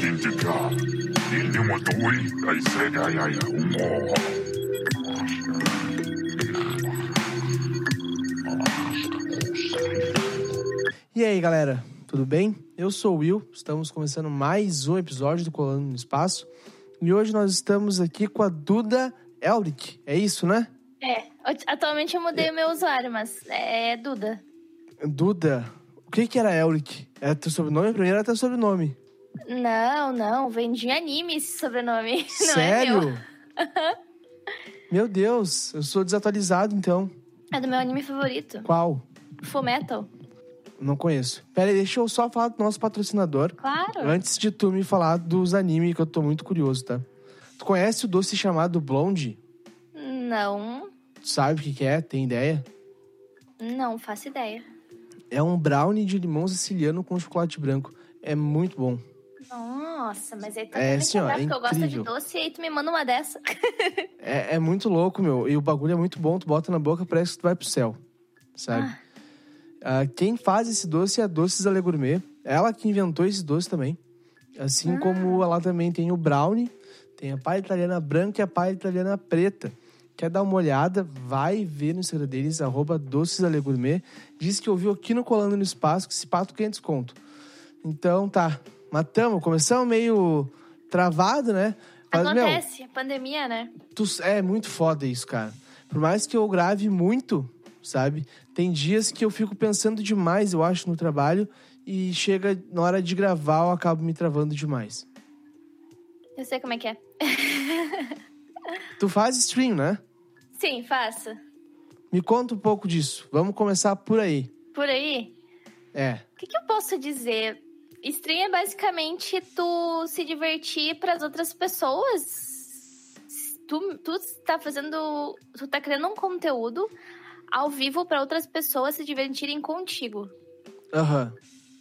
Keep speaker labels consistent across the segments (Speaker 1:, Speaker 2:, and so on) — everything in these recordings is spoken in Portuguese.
Speaker 1: Identica, ilmoituwi aisegayaya umoho.
Speaker 2: E aí, galera, tudo bem? Eu sou o Will, estamos começando mais um episódio do Colando no Espaço. E hoje nós estamos aqui com a Duda Elric. É isso, né?
Speaker 3: É, at- atualmente eu mudei o meu usuário, mas é Duda.
Speaker 2: Duda. O que que era Elric? Era teu sobrenome? Primeiro era teu sobrenome.
Speaker 3: Não, não, vem de anime esse sobrenome. Não é meu.
Speaker 2: Sério? meu Deus, eu sou desatualizado então.
Speaker 3: É do meu anime favorito,
Speaker 2: Qual?
Speaker 3: Full Metal.
Speaker 2: Não conheço. Pera aí, deixa eu só falar do nosso patrocinador.
Speaker 3: Claro.
Speaker 2: Antes de tu me falar dos animes que eu tô muito curioso, tá? Tu conhece o doce chamado Blonde?
Speaker 3: Não,
Speaker 2: Tu sabe o que que é? Tem ideia?
Speaker 3: não faço ideia.
Speaker 2: É um brownie de limão siciliano com chocolate branco. É muito bom.
Speaker 3: Nossa, mas aí tá
Speaker 2: É,
Speaker 3: tentando me
Speaker 2: senhora,
Speaker 3: quebrar,
Speaker 2: é
Speaker 3: porque eu gosto de
Speaker 2: incrível.
Speaker 3: doce e aí tu me manda uma dessa.
Speaker 2: É, é muito louco, meu. E o bagulho é muito bom. Tu bota na boca, parece que tu vai pro céu. Sabe? Ah, quem faz esse doce é a Doces Ale Gourmet. Ela que inventou esse doce também. Assim como ela também tem o brownie. Tem a palha italiana branca e a palha italiana preta. Quer dar uma olhada? Vai ver no Instagram deles, arroba Doces Ale Gourmet. Diz que ouviu aqui no Colando no Espaço que esse pato ganha desconto. Então tá, matamos. Começamos meio travado, né? meu,
Speaker 3: Acontece, pandemia, né?
Speaker 2: Tu- é muito foda isso, cara. Por mais que eu grave muito, sabe? Tem dias que eu fico pensando demais, eu acho, no trabalho. E chega na hora de gravar, eu acabo me travando demais.
Speaker 3: Eu sei como é que é.
Speaker 2: Tu faz stream, né?
Speaker 3: Sim, faço.
Speaker 2: Me conta um pouco disso. Vamos começar por aí.
Speaker 3: Por aí,
Speaker 2: É.
Speaker 3: O que, que eu posso dizer? Stream é basicamente tu se divertir pras outras pessoas. Tu, tu tá fazendo. Tu tá criando um conteúdo ao vivo pra outras pessoas se divertirem contigo.
Speaker 2: Aham.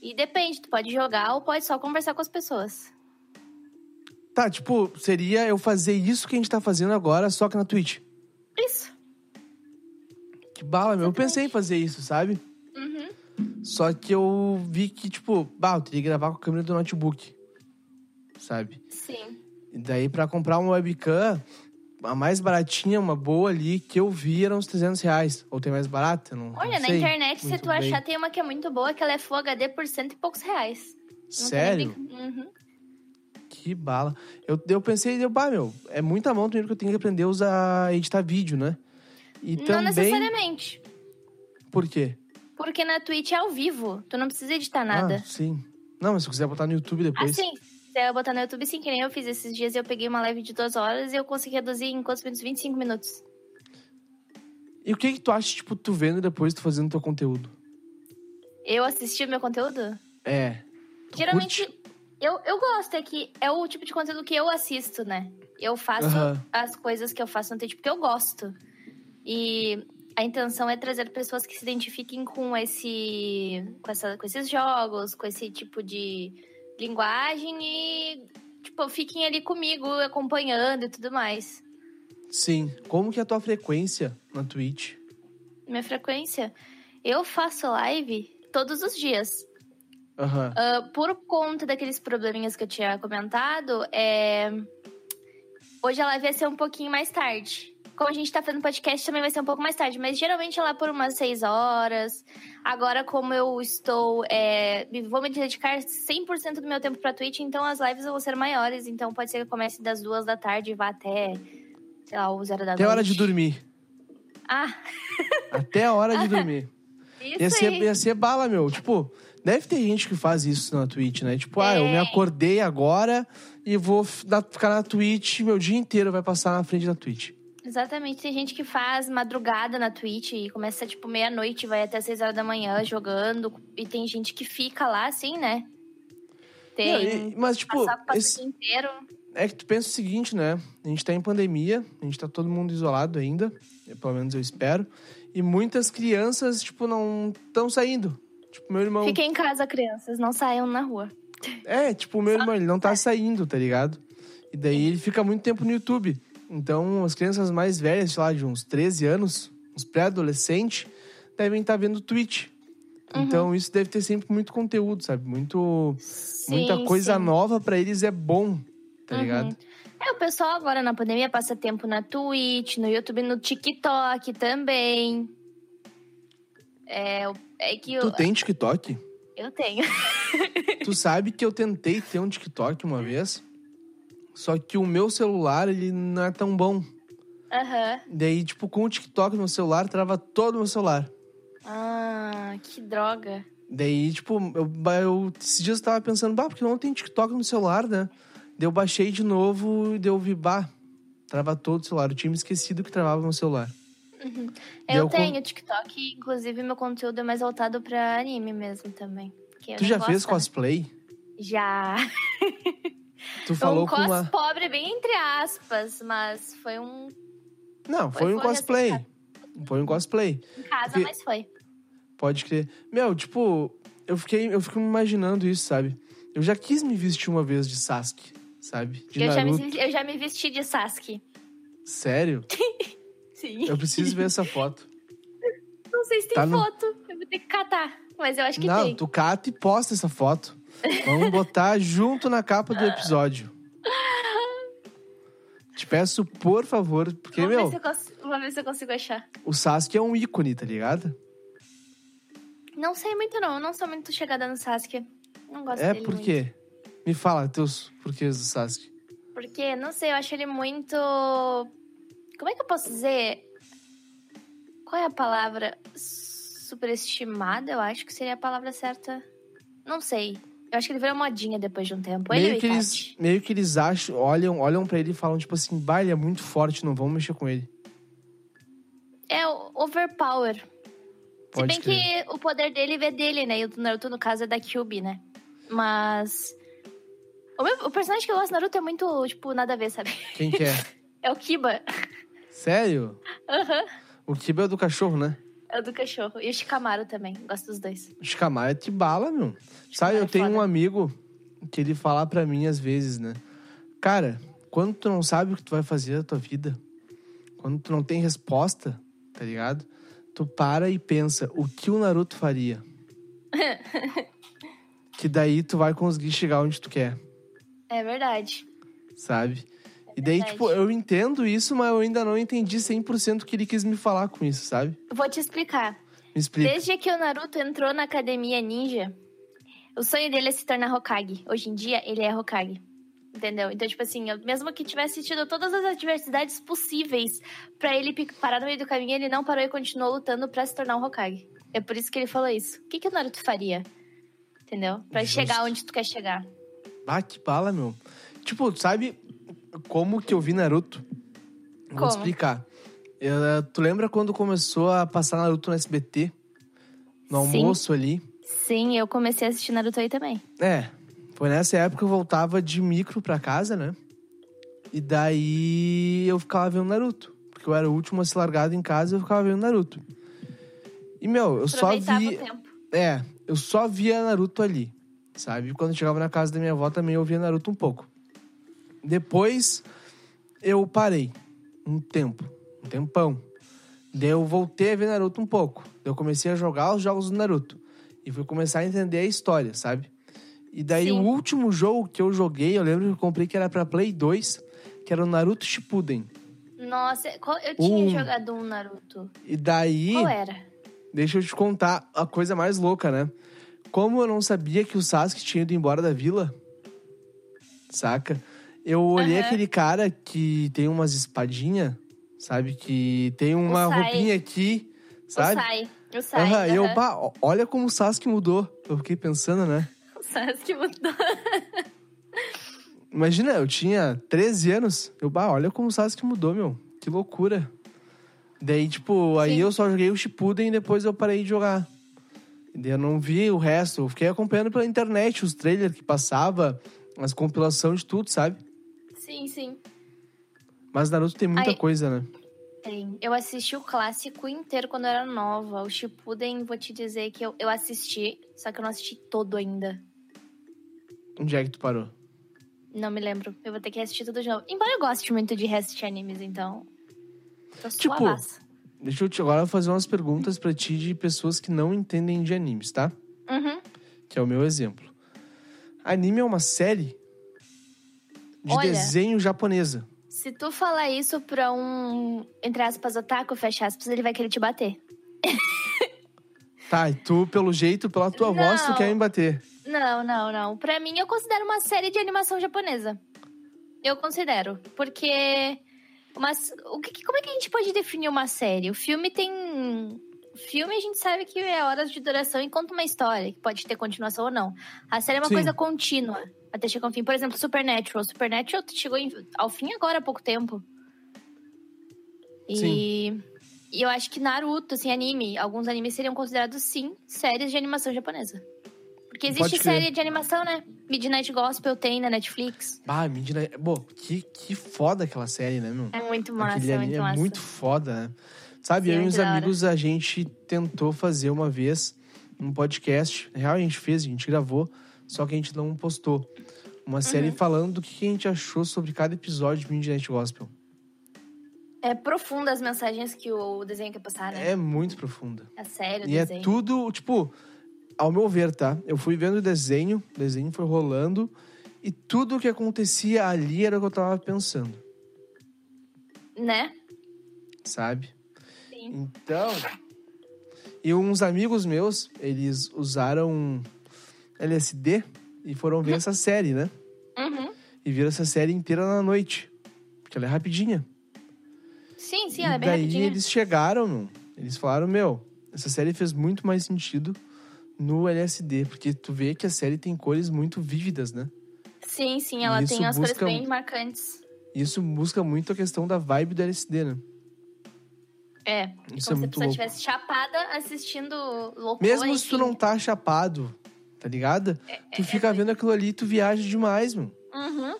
Speaker 3: E depende, tu pode jogar ou pode só conversar com as pessoas.
Speaker 2: Tá, tipo, seria eu fazer isso que a gente tá fazendo agora, só que na Twitch.
Speaker 3: Isso.
Speaker 2: Que bala, meu. Eu
Speaker 3: Exatamente.
Speaker 2: pensei em fazer isso, sabe?
Speaker 3: Uhum.
Speaker 2: Só que eu vi que, tipo, bah, eu teria que gravar com a câmera do notebook. Sabe?
Speaker 3: Sim.
Speaker 2: E daí, pra comprar uma webcam, a mais baratinha, uma boa ali, que eu vi, eram uns 300 reais. Ou tem mais barata? Não, não
Speaker 3: Olha, na
Speaker 2: sei
Speaker 3: internet, se
Speaker 2: muito
Speaker 3: tu
Speaker 2: bem.
Speaker 3: achar, tem uma que é muito boa, que ela é Full HD por cento e poucos reais. Não tem nem
Speaker 2: Sério?
Speaker 3: brinca- Uhum.
Speaker 2: Que bala. Eu, eu pensei, eu, bah, meu, é muita mão primeiro que eu tenho que aprender a usar, editar vídeo, né? E
Speaker 3: Não
Speaker 2: também...
Speaker 3: necessariamente.
Speaker 2: Por quê?
Speaker 3: Porque na Twitch é ao vivo. Tu não precisa editar nada.
Speaker 2: Ah, sim. Não, mas se eu quiser botar no YouTube depois...
Speaker 3: Assim, se eu botar no YouTube sem querer, eu fiz esses dias eu peguei uma live de duas horas e eu consegui reduzir em quantos minutos? 25 minutos.
Speaker 2: E o que que tu acha, tipo, tu vendo depois, tu fazendo teu conteúdo?
Speaker 3: Eu assisti o meu conteúdo?
Speaker 2: É. Tu
Speaker 3: Geralmente,
Speaker 2: curte?
Speaker 3: eu, eu gosto, é que é o tipo de conteúdo que eu assisto, né? Eu faço
Speaker 2: Aham.
Speaker 3: as coisas que eu faço no Twitch porque eu gosto. E a intenção é trazer pessoas que se identifiquem com esse. com, essa, com esses jogos, com esse tipo de linguagem e, tipo, fiquem ali comigo, acompanhando e tudo mais.
Speaker 2: Sim. Como que é a tua frequência na Twitch?
Speaker 3: Minha frequência? Eu faço live todos os dias.
Speaker 2: Aham.
Speaker 3: Ah, por conta daqueles probleminhas que eu tinha comentado, é... hoje a live vai ser um pouquinho mais tarde. Como a gente tá fazendo podcast, também vai ser um pouco mais tarde. Mas geralmente é lá por umas 6 horas. Agora, como eu estou... é, me- Vou me dedicar 100% do meu tempo pra Twitch, então as lives vão ser maiores. Então pode ser que eu comece das 2 da tarde e vá até, sei lá, 11 horas da
Speaker 2: Até a
Speaker 3: noite.
Speaker 2: hora de dormir.
Speaker 3: Ah,
Speaker 2: Até a hora de dormir.
Speaker 3: isso
Speaker 2: Ia ser,
Speaker 3: aí.
Speaker 2: ia ser bala, meu. Tipo, deve ter gente que faz isso na Twitch, né? Tipo, ah, eu me
Speaker 3: Tem.
Speaker 2: acordei agora e vou f- na- ficar na Twitch, meu dia inteiro vai passar na frente da Twitch.
Speaker 3: Exatamente, tem gente que faz madrugada na Twitch e começa tipo meia-noite, vai até seis horas da manhã jogando, e tem gente que fica lá assim, né? Tem.
Speaker 2: E- e- mas, tipo,
Speaker 3: passar passa
Speaker 2: esse-
Speaker 3: o dia inteiro.
Speaker 2: é que tu pensa o seguinte, né? A gente tá em pandemia, a gente tá todo mundo isolado ainda. Eu, pelo menos eu espero. E muitas crianças, tipo, não estão saindo. Tipo, meu irmão.
Speaker 3: Fiquem em casa, crianças, não saiam na rua.
Speaker 2: É, tipo, o meu irmão, ele não tá saindo, tá ligado? E daí ele fica muito tempo no YouTube. Então, as crianças mais velhas, sei lá, de uns 13 anos, uns pré-adolescentes, devem estar vendo Twitch.
Speaker 3: Uhum.
Speaker 2: Então, isso deve ter sempre muito conteúdo, sabe? Muito,
Speaker 3: Sim,
Speaker 2: muita coisa
Speaker 3: sim.
Speaker 2: nova pra eles é bom, tá
Speaker 3: Uhum.
Speaker 2: ligado?
Speaker 3: É, o pessoal agora na pandemia passa tempo na Twitch, no YouTube, no TikTok também. É, o- é que eu,
Speaker 2: Tu tem TikTok?
Speaker 3: eu tenho.
Speaker 2: Tu sabe que eu tentei ter um TikTok uma vez, só que o meu celular, ele não é tão bom.
Speaker 3: Aham.
Speaker 2: Daí, tipo, com o TikTok no celular, trava todo o meu celular.
Speaker 3: Ah, que droga.
Speaker 2: Daí, tipo, eu, ba- eu esses dias eu tava pensando, bah, porque não tem TikTok no celular, né? Daí eu baixei de novo e daí eu vi, bah, trava todo o celular. Eu tinha me esquecido que travava meu celular.
Speaker 3: Eu
Speaker 2: Deu com-
Speaker 3: tenho TikTok, inclusive meu conteúdo é mais voltado pra anime mesmo também. que eu
Speaker 2: tu
Speaker 3: não
Speaker 2: já
Speaker 3: gosto,
Speaker 2: fez
Speaker 3: né?
Speaker 2: cosplay?
Speaker 3: Já.
Speaker 2: Tu
Speaker 3: Foi
Speaker 2: falou
Speaker 3: um
Speaker 2: com uma.
Speaker 3: cos pobre, bem entre aspas, mas foi um
Speaker 2: Não, foi,
Speaker 3: Foi-
Speaker 2: um
Speaker 3: foi
Speaker 2: cosplay.
Speaker 3: recém,
Speaker 2: Foi um cosplay.
Speaker 3: em casa,
Speaker 2: Porque-
Speaker 3: mas foi.
Speaker 2: Pode crer. Meu, tipo, eu fiquei, eu fico me imaginando isso, sabe? Eu já quis me vestir uma vez de Sasuke, sabe? De
Speaker 3: Eu já,
Speaker 2: Naruto.
Speaker 3: me, eu já me vesti de Sasuke.
Speaker 2: Sério?
Speaker 3: Sim.
Speaker 2: Eu preciso ver essa foto.
Speaker 3: Não sei se tem
Speaker 2: Tá no-
Speaker 3: foto. Eu vou ter que catar. Mas eu acho que
Speaker 2: Não,
Speaker 3: tem.
Speaker 2: tu cata e posta essa foto. Vamos botar junto na capa do episódio. Te peço, por favor, porque,
Speaker 3: Vamos ver, se
Speaker 2: meu,
Speaker 3: eu cons- vamos ver se eu consigo achar.
Speaker 2: o Sasuke é um ícone, tá ligado?
Speaker 3: Não sei muito, não. Eu não sou muito chegada no Sasuke. Não gosto
Speaker 2: É,
Speaker 3: dele.
Speaker 2: por
Speaker 3: muito.
Speaker 2: quê? Me fala teus porquês do Sasuke.
Speaker 3: Porque, não sei, eu acho ele muito. Como é que eu posso dizer? Qual é a palavra? Superestimada, eu acho que seria a palavra certa. Não sei. Eu acho que ele virou modinha depois de um tempo. Ele e o
Speaker 2: Meio que, eles,
Speaker 3: Itachi.
Speaker 2: meio que eles acham, olham, olham pra ele e falam, tipo assim, bah, ele é muito forte, não vamos mexer com ele.
Speaker 3: É o overpower. Se
Speaker 2: Pode
Speaker 3: bem
Speaker 2: crer.
Speaker 3: que o poder dele é dele, né? E o do Naruto, no caso, é da Kyuubi, né? Mas... O, meu- o personagem que eu gosto do Naruto é muito, tipo, nada a ver, sabe?
Speaker 2: Quem que é?
Speaker 3: É o Kiba.
Speaker 2: Sério?
Speaker 3: Aham.
Speaker 2: O Kiba é do cachorro, né?
Speaker 3: É o do cachorro. E o Shikamaru também. Gosto dos dois.
Speaker 2: O Shikamaru é te bala, meu. Sabe, eu
Speaker 3: é
Speaker 2: tenho
Speaker 3: foda.
Speaker 2: um amigo que ele fala pra mim às vezes, né? Cara, quando tu não sabe o que tu vai fazer da tua vida, quando tu não tem resposta, tá ligado? Tu para e pensa, o que o Naruto faria? que daí tu vai conseguir chegar onde tu quer,
Speaker 3: É verdade.
Speaker 2: sabe? E daí,
Speaker 3: É verdade.
Speaker 2: tipo, eu entendo isso, mas eu ainda não entendi 100% o que ele quis me falar com isso, sabe?
Speaker 3: Vou te explicar.
Speaker 2: Me explica.
Speaker 3: Desde que o Naruto entrou na academia ninja, o sonho dele é se tornar Hokage. Hoje em dia, ele é Hokage. Entendeu? Então, tipo assim, eu- mesmo que tivesse tido todas as adversidades possíveis pra ele pi- parar no meio do caminho, ele não parou e continuou lutando pra se tornar um Hokage. É por isso que ele falou isso. O que, que o Naruto faria? Entendeu? Pra
Speaker 2: Justo.
Speaker 3: chegar onde tu quer chegar.
Speaker 2: Ah, que bala, meu. Tipo, sabe como que eu vi Naruto? Vou
Speaker 3: Como?
Speaker 2: explicar. Eh, tu lembra quando começou a passar Naruto no SBT? No
Speaker 3: Sim.
Speaker 2: almoço ali?
Speaker 3: Sim, eu comecei a assistir Naruto aí também.
Speaker 2: É. Foi nessa época que eu voltava de micro pra casa, né? E daí eu ficava vendo Naruto. Porque eu era o último a ser largado em casa e eu ficava vendo Naruto. E, meu, eu só
Speaker 3: Aproveitava
Speaker 2: vi.
Speaker 3: o tempo.
Speaker 2: É, eu só via Naruto ali, sabe? E Quando eu chegava na casa da minha avó também eu via Naruto um pouco. Depois eu parei um tempo, um tempão. Daí eu voltei a ver Naruto um pouco. Daí eu comecei a jogar os jogos do Naruto e fui começar a entender a história, sabe? E daí
Speaker 3: Sim.
Speaker 2: o último jogo que eu joguei, eu lembro que eu comprei que era pra Play 2, que era o Naruto Shippuden.
Speaker 3: Nossa, qual- eu tinha
Speaker 2: Um.
Speaker 3: jogado um Naruto.
Speaker 2: E daí
Speaker 3: Qual era?
Speaker 2: Deixa eu te contar a coisa mais louca, né? Como eu não sabia que o Sasuke tinha ido embora da vila, saca? Eu olhei
Speaker 3: Aham.
Speaker 2: aquele cara que tem umas espadinhas, sabe? Que tem uma
Speaker 3: Sai.
Speaker 2: roupinha aqui, sabe?
Speaker 3: O Sai. O Sai.
Speaker 2: Aham, e eu,
Speaker 3: aham.
Speaker 2: pá, ó, olha como o Sasuke mudou. Eu fiquei pensando, né?
Speaker 3: O Sasuke mudou.
Speaker 2: Imagina, eu tinha 13 anos. Eu, bah, olha como o Sasuke mudou, meu. Que loucura. Daí, tipo, aí
Speaker 3: Sim.
Speaker 2: eu só joguei o Shippuden e depois eu parei de jogar. E daí eu não vi o resto. Eu fiquei acompanhando pela internet os trailers que passava, as compilações de tudo, sabe?
Speaker 3: Sim, sim.
Speaker 2: Mas Naruto tem muita
Speaker 3: Aí-
Speaker 2: coisa, né?
Speaker 3: Tem. Eu assisti o clássico inteiro quando eu era nova. O Shippuden, vou te dizer que eu, eu assisti, só que eu não assisti todo ainda.
Speaker 2: Onde é que tu parou?
Speaker 3: Não me lembro. Eu vou ter que assistir tudo de novo. Embora eu goste muito de assistir animes, então... Tô
Speaker 2: Tipo,
Speaker 3: suavaça.
Speaker 2: Deixa eu te agora fazer umas perguntas pra ti de pessoas que não entendem de animes, tá?
Speaker 3: Uhum.
Speaker 2: Que é o meu exemplo. Anime é uma série de
Speaker 3: Olha.
Speaker 2: desenho japonesa.
Speaker 3: Se tu falar isso pra um, entre aspas, otaku, fecha aspas, ele vai querer te bater.
Speaker 2: Tá, e tu, pelo jeito, pela tua voz, tu
Speaker 3: Não.
Speaker 2: quer me bater.
Speaker 3: Não, não, não. Pra mim, eu considero uma série de animação japonesa. Eu considero. Porque. Mas o que, que- como é que a gente pode definir uma série? O filme tem. Filme a gente sabe que é horas de duração e conta uma história, que pode ter continuação ou não. A série é uma
Speaker 2: Sim.
Speaker 3: coisa contínua até chegar ao fim. Por exemplo, Supernatural. Supernatural chegou em- ao fim agora há pouco tempo. E. E eu acho que Naruto, assim, anime, alguns animes seriam considerados, sim, séries de animação japonesa. Porque
Speaker 2: Pode
Speaker 3: existe
Speaker 2: crer.
Speaker 3: série de animação, né? Midnight Gospel tem na Netflix.
Speaker 2: Ah, Midnight... Pô, que, que foda aquela série, né, meu?
Speaker 3: É muito massa,
Speaker 2: Aquele
Speaker 3: é
Speaker 2: anime
Speaker 3: muito
Speaker 2: é
Speaker 3: massa.
Speaker 2: muito foda, né? Sabe,
Speaker 3: Sim,
Speaker 2: eu e
Speaker 3: muito
Speaker 2: os
Speaker 3: da hora.
Speaker 2: amigos, a gente tentou fazer uma vez um podcast. Na real, a gente fez, a gente gravou, só que a gente não postou. Uma
Speaker 3: Uhum.
Speaker 2: série falando do que a gente achou sobre cada episódio de Midnight Gospel.
Speaker 3: É profunda as mensagens que o desenho quer passar, né?
Speaker 2: É muito profunda.
Speaker 3: A série, o
Speaker 2: E é
Speaker 3: desenho.
Speaker 2: tudo, tipo, ao meu ver, tá? Eu fui vendo o desenho, o desenho foi rolando, e tudo o que acontecia ali era o que eu tava pensando,
Speaker 3: Né?
Speaker 2: sabe?
Speaker 3: Sim.
Speaker 2: Então. E uns amigos meus, eles usaram LSD e foram ver essa série, né?
Speaker 3: Uhum.
Speaker 2: E viram essa série inteira na noite. Porque ela é rapidinha.
Speaker 3: Sim, sim,
Speaker 2: e
Speaker 3: ela é bem
Speaker 2: daí
Speaker 3: rapidinha.
Speaker 2: eles chegaram, meu, eles falaram, meu, essa série fez muito mais sentido no LSD, porque tu vê que a série tem cores muito vívidas, né?
Speaker 3: Sim, sim, ela
Speaker 2: Isso
Speaker 3: tem as
Speaker 2: busca
Speaker 3: cores
Speaker 2: um-
Speaker 3: bem marcantes.
Speaker 2: E isso busca muito a questão da vibe do LSD, né?
Speaker 3: É,
Speaker 2: Isso
Speaker 3: como
Speaker 2: é
Speaker 3: se a
Speaker 2: muito
Speaker 3: pessoa
Speaker 2: louco.
Speaker 3: estivesse chapada assistindo loucura.
Speaker 2: Mesmo se tu
Speaker 3: enfim.
Speaker 2: não tá chapado, tá ligado?
Speaker 3: É,
Speaker 2: tu fica vendo aquilo ali e tu viaja demais, meu.
Speaker 3: Uhum.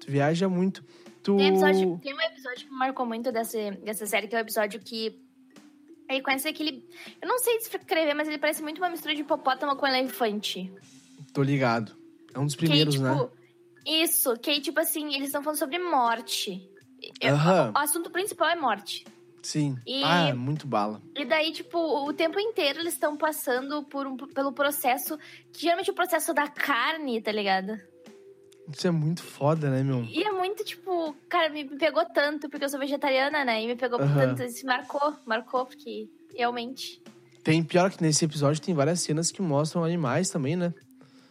Speaker 2: Tu viaja muito. Tu.
Speaker 3: Tem, episódio- tem um episódio que me marcou muito dessa, dessa série, que é o episódio que. Ele conhece aquele. Eu não sei descrever, mas ele parece muito uma mistura de hipopótamo com elefante.
Speaker 2: Tô ligado. É um dos
Speaker 3: Que,
Speaker 2: primeiros,
Speaker 3: tipo,
Speaker 2: né?
Speaker 3: Isso, que tipo assim, eles estão falando sobre morte. tipo, Eu-
Speaker 2: Aham.
Speaker 3: O assunto principal é morte.
Speaker 2: Sim.
Speaker 3: E-
Speaker 2: Ah, muito bala.
Speaker 3: E daí, tipo, o tempo inteiro eles estão passando por um, pelo processo, que geralmente é o processo da carne, tá ligado?
Speaker 2: Isso é muito foda, né, meu?
Speaker 3: E é muito, tipo, cara, me me pegou tanto, porque eu sou vegetariana, né? E me pegou
Speaker 2: Aham.
Speaker 3: tanto, isso marcou, marcou, porque realmente.
Speaker 2: Tem pior que nesse episódio tem várias cenas que mostram animais também, né?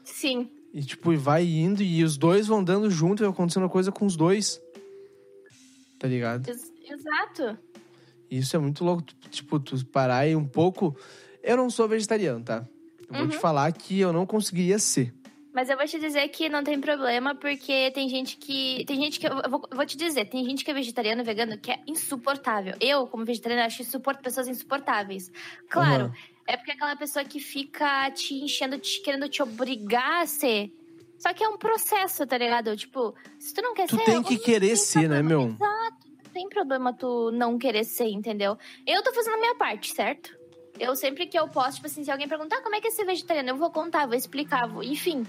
Speaker 3: Sim,
Speaker 2: E tipo, e vai indo e os dois vão andando junto e vai acontecendo coisa com os dois. Tá ligado?
Speaker 3: ex- exato.
Speaker 2: E Isso é muito louco. tu- Tipo, tu parar e um pouco. Eu não sou vegetariano, tá? Eu vou te
Speaker 3: Uhum.
Speaker 2: falar que eu não conseguiria ser.
Speaker 3: Mas eu vou te dizer que não tem problema, porque tem gente que. Tem gente que. Eu vou, eu vou te dizer, tem gente que é vegetariano, vegano, que é insuportável. Eu, como vegetariana, acho insuportável, pessoas insuportáveis. Claro,
Speaker 2: Aham.
Speaker 3: é porque é aquela pessoa que fica te enchendo, te, querendo te obrigar a ser. Só que é um processo, tá ligado? Tipo, se tu não quer
Speaker 2: Tu
Speaker 3: ser.
Speaker 2: tem que
Speaker 3: não
Speaker 2: querer
Speaker 3: tem
Speaker 2: ser, né,
Speaker 3: problema.
Speaker 2: meu?
Speaker 3: Exato. Não tem problema tu não querer ser, entendeu? Eu tô fazendo a minha parte, certo? Eu sempre que eu posso, tipo assim, se alguém perguntar "Ah, como é que é ser vegetariano, eu vou contar, vou explicar, vou... enfim.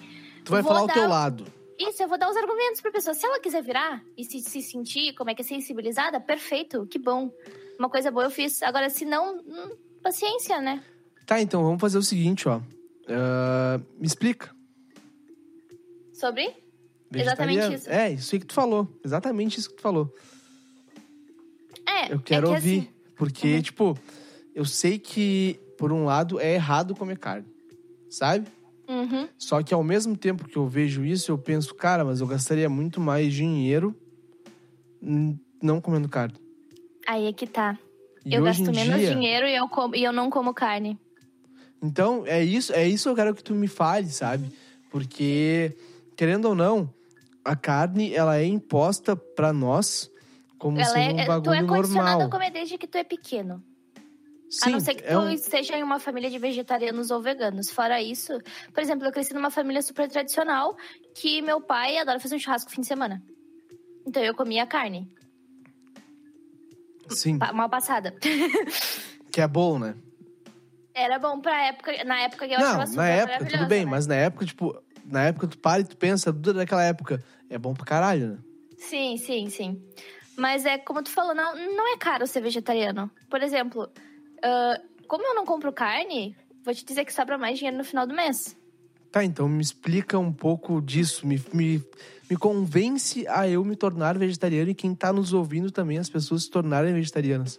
Speaker 2: Tu vai
Speaker 3: Vou
Speaker 2: falar o
Speaker 3: dar
Speaker 2: teu lado.
Speaker 3: Isso, eu vou dar os argumentos pra pessoa. Se ela quiser virar e se, se sentir como é que é sensibilizada, perfeito, que bom. Uma coisa boa eu fiz. Agora, se não, hum, paciência, né?
Speaker 2: Tá, então vamos fazer o seguinte, ó. Ah, me explica.
Speaker 3: Sobre? Exatamente
Speaker 2: Vegetariano.
Speaker 3: isso.
Speaker 2: É, isso aí que tu falou. Exatamente isso que tu falou.
Speaker 3: É,
Speaker 2: Eu quero
Speaker 3: é que
Speaker 2: ouvir.
Speaker 3: assim,
Speaker 2: Porque, tipo, eu sei que, por um lado, é errado comer carne. Sabe?
Speaker 3: uhum,
Speaker 2: Só que ao mesmo tempo que eu vejo isso, eu penso, cara, mas eu gastaria muito mais dinheiro hum, não comendo carne.
Speaker 3: aí é que tá.
Speaker 2: E
Speaker 3: eu
Speaker 2: hoje
Speaker 3: gasto
Speaker 2: em
Speaker 3: menos
Speaker 2: dia-
Speaker 3: dinheiro e eu, como, e eu não como carne.
Speaker 2: Então, é isso, é isso que eu quero que tu me fale, sabe? Porque, querendo ou não, a carne, ela é imposta pra nós como
Speaker 3: Ela
Speaker 2: sendo
Speaker 3: é,
Speaker 2: um
Speaker 3: tu é
Speaker 2: bagulho
Speaker 3: condicionado
Speaker 2: normal.
Speaker 3: a comer desde que tu é pequeno.
Speaker 2: Sim,
Speaker 3: a não ser que
Speaker 2: é
Speaker 3: tu
Speaker 2: um-
Speaker 3: esteja em uma família de vegetarianos ou veganos. Fora isso, por exemplo, eu cresci numa família super tradicional que meu pai adora fazer um churrasco no fim de semana. Então eu comia carne.
Speaker 2: Sim,
Speaker 3: Pa- Mal passada.
Speaker 2: que é bom, né?
Speaker 3: Era bom pra época. Na época que eu achava
Speaker 2: Não,
Speaker 3: super
Speaker 2: na época, tudo
Speaker 3: maravilhoso,
Speaker 2: bem,
Speaker 3: né?
Speaker 2: mas na época, tipo, na época tu para e tu pensa, a Duda daquela época é bom pra caralho, né?
Speaker 3: Sim, sim, sim. Mas é como tu falou, não, não é caro ser vegetariano. Por exemplo, ah, como eu não compro carne, vou te dizer que sobra mais dinheiro no final do mês.
Speaker 2: Tá, então me explica um pouco disso, me, me, me convence a eu me tornar vegetariano e quem tá nos ouvindo também, as pessoas se tornarem vegetarianas.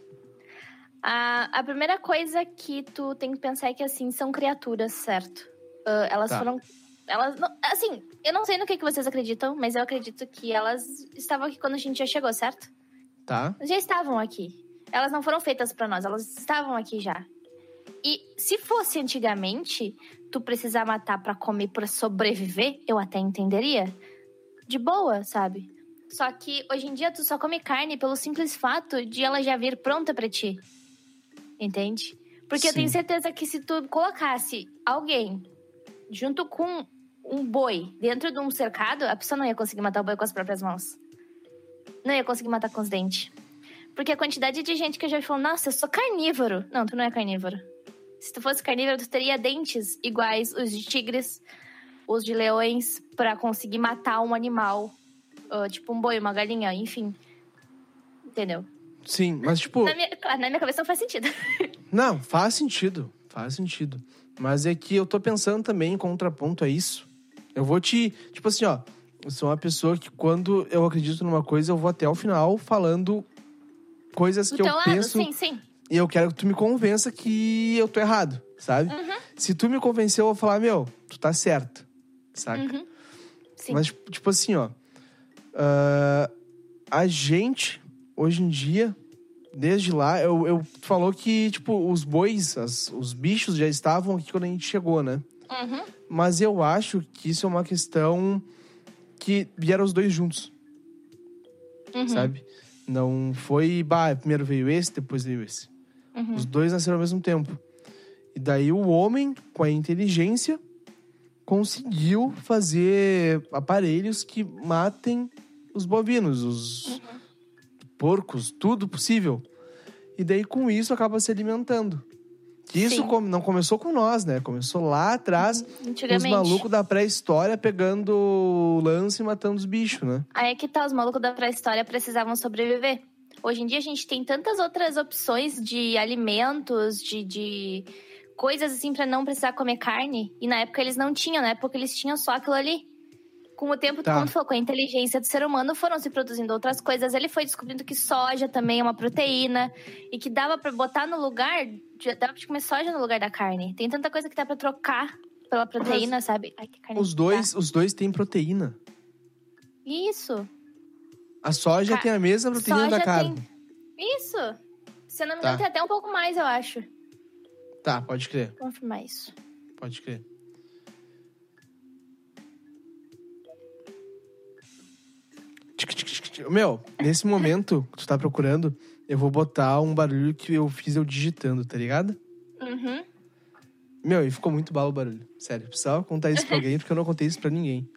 Speaker 3: A, a primeira coisa que tu tem que pensar é que, assim, são criaturas, certo? Ah, elas
Speaker 2: Tá.
Speaker 3: foram. Elas. não- assim, eu não sei no que, que vocês acreditam, mas eu acredito que elas estavam aqui quando a gente já chegou, certo?
Speaker 2: Tá?
Speaker 3: já estavam aqui. Elas não foram feitas pra nós, elas estavam aqui já. E se fosse antigamente, tu precisar matar pra comer, pra sobreviver, eu até entenderia. De boa, sabe? Só que hoje em dia tu só come carne pelo simples fato de ela já vir pronta pra ti. Entende? Porque eu
Speaker 2: Sim.
Speaker 3: tenho certeza que se tu colocasse alguém junto com um boi dentro de um cercado, a pessoa não ia conseguir matar o boi com as próprias mãos. Não ia conseguir matar com os dentes. Porque a quantidade de gente que eu já falou, nossa, eu sou carnívoro. Não, tu não é carnívoro. Se tu fosse carnívoro, tu teria dentes iguais os de tigres, os de leões, pra conseguir matar um animal. ah, tipo um boi, uma galinha, enfim. Entendeu?
Speaker 2: Sim, mas tipo.
Speaker 3: Na minha, claro, na minha cabeça não faz sentido.
Speaker 2: Não, faz sentido. Faz sentido. Mas é que eu tô pensando também em contraponto a isso. Eu vou te. Tipo assim, ó. Eu sou uma pessoa que quando eu acredito numa coisa, eu vou até o final falando coisas
Speaker 3: Do
Speaker 2: que eu
Speaker 3: teu lado,
Speaker 2: penso
Speaker 3: Então, ah, sim, sim.
Speaker 2: e eu quero que tu me convença que eu tô errado, sabe?
Speaker 3: Uhum.
Speaker 2: Se tu me convencer, eu vou falar, meu, tu tá certo, saca?
Speaker 3: Uhum. Sim.
Speaker 2: Mas, tipo assim, ó. ah, a gente, hoje em dia, desde lá, eu, eu tu falou que, tipo, os bois, as- os bichos já estavam aqui quando a gente chegou, né?
Speaker 3: Uhum.
Speaker 2: Mas eu acho que isso é uma questão que vieram os dois juntos,
Speaker 3: Uhum.
Speaker 2: sabe? Não foi, bah, primeiro veio esse, depois veio esse.
Speaker 3: Uhum.
Speaker 2: Os dois nasceram ao mesmo tempo. E daí o homem, com a inteligência, conseguiu fazer aparelhos que matem os bovinos, os
Speaker 3: Uhum.
Speaker 2: porcos, tudo possível. E daí com isso acaba se alimentando. Que isso
Speaker 3: Sim.
Speaker 2: come- não começou com nós, né? Começou lá atrás, com os
Speaker 3: Antigamente.
Speaker 2: malucos da pré-história pegando o lance e matando os bichos, né?
Speaker 3: Aí é que tá, os malucos da pré-história precisavam sobreviver. Hoje em dia a gente tem tantas outras opções de alimentos, de, de coisas assim pra não precisar comer carne. E na época eles não tinham, na época eles tinham só aquilo ali. Com o tempo,
Speaker 2: Tá.
Speaker 3: todo mundo falou, com a inteligência do ser humano, foram se produzindo outras coisas. Ele foi descobrindo que soja também é uma proteína e que dava pra botar no lugar, de- dava pra comer soja no lugar da carne. Tem tanta coisa que dá pra trocar pela proteína, sabe? Ai, que carne
Speaker 2: Os
Speaker 3: que
Speaker 2: dois, os dois têm proteína.
Speaker 3: dá. Isso.
Speaker 2: A soja
Speaker 3: Ca-
Speaker 2: tem a mesma proteína
Speaker 3: Soja
Speaker 2: da carne.
Speaker 3: tem- Isso! Se eu não me
Speaker 2: Tá.
Speaker 3: engano, tem até um pouco mais, eu acho.
Speaker 2: Tá, pode crer.
Speaker 3: Vou Confirmar isso.
Speaker 2: Pode crer. Tic, tic, tic, tic. Meu, nesse momento que tu tá procurando, eu vou botar um barulho que eu fiz eu digitando, tá ligado?
Speaker 3: Uhum.
Speaker 2: Meu, e ficou muito bala o barulho. Sério, precisava contar isso pra alguém, porque eu não contei isso pra ninguém.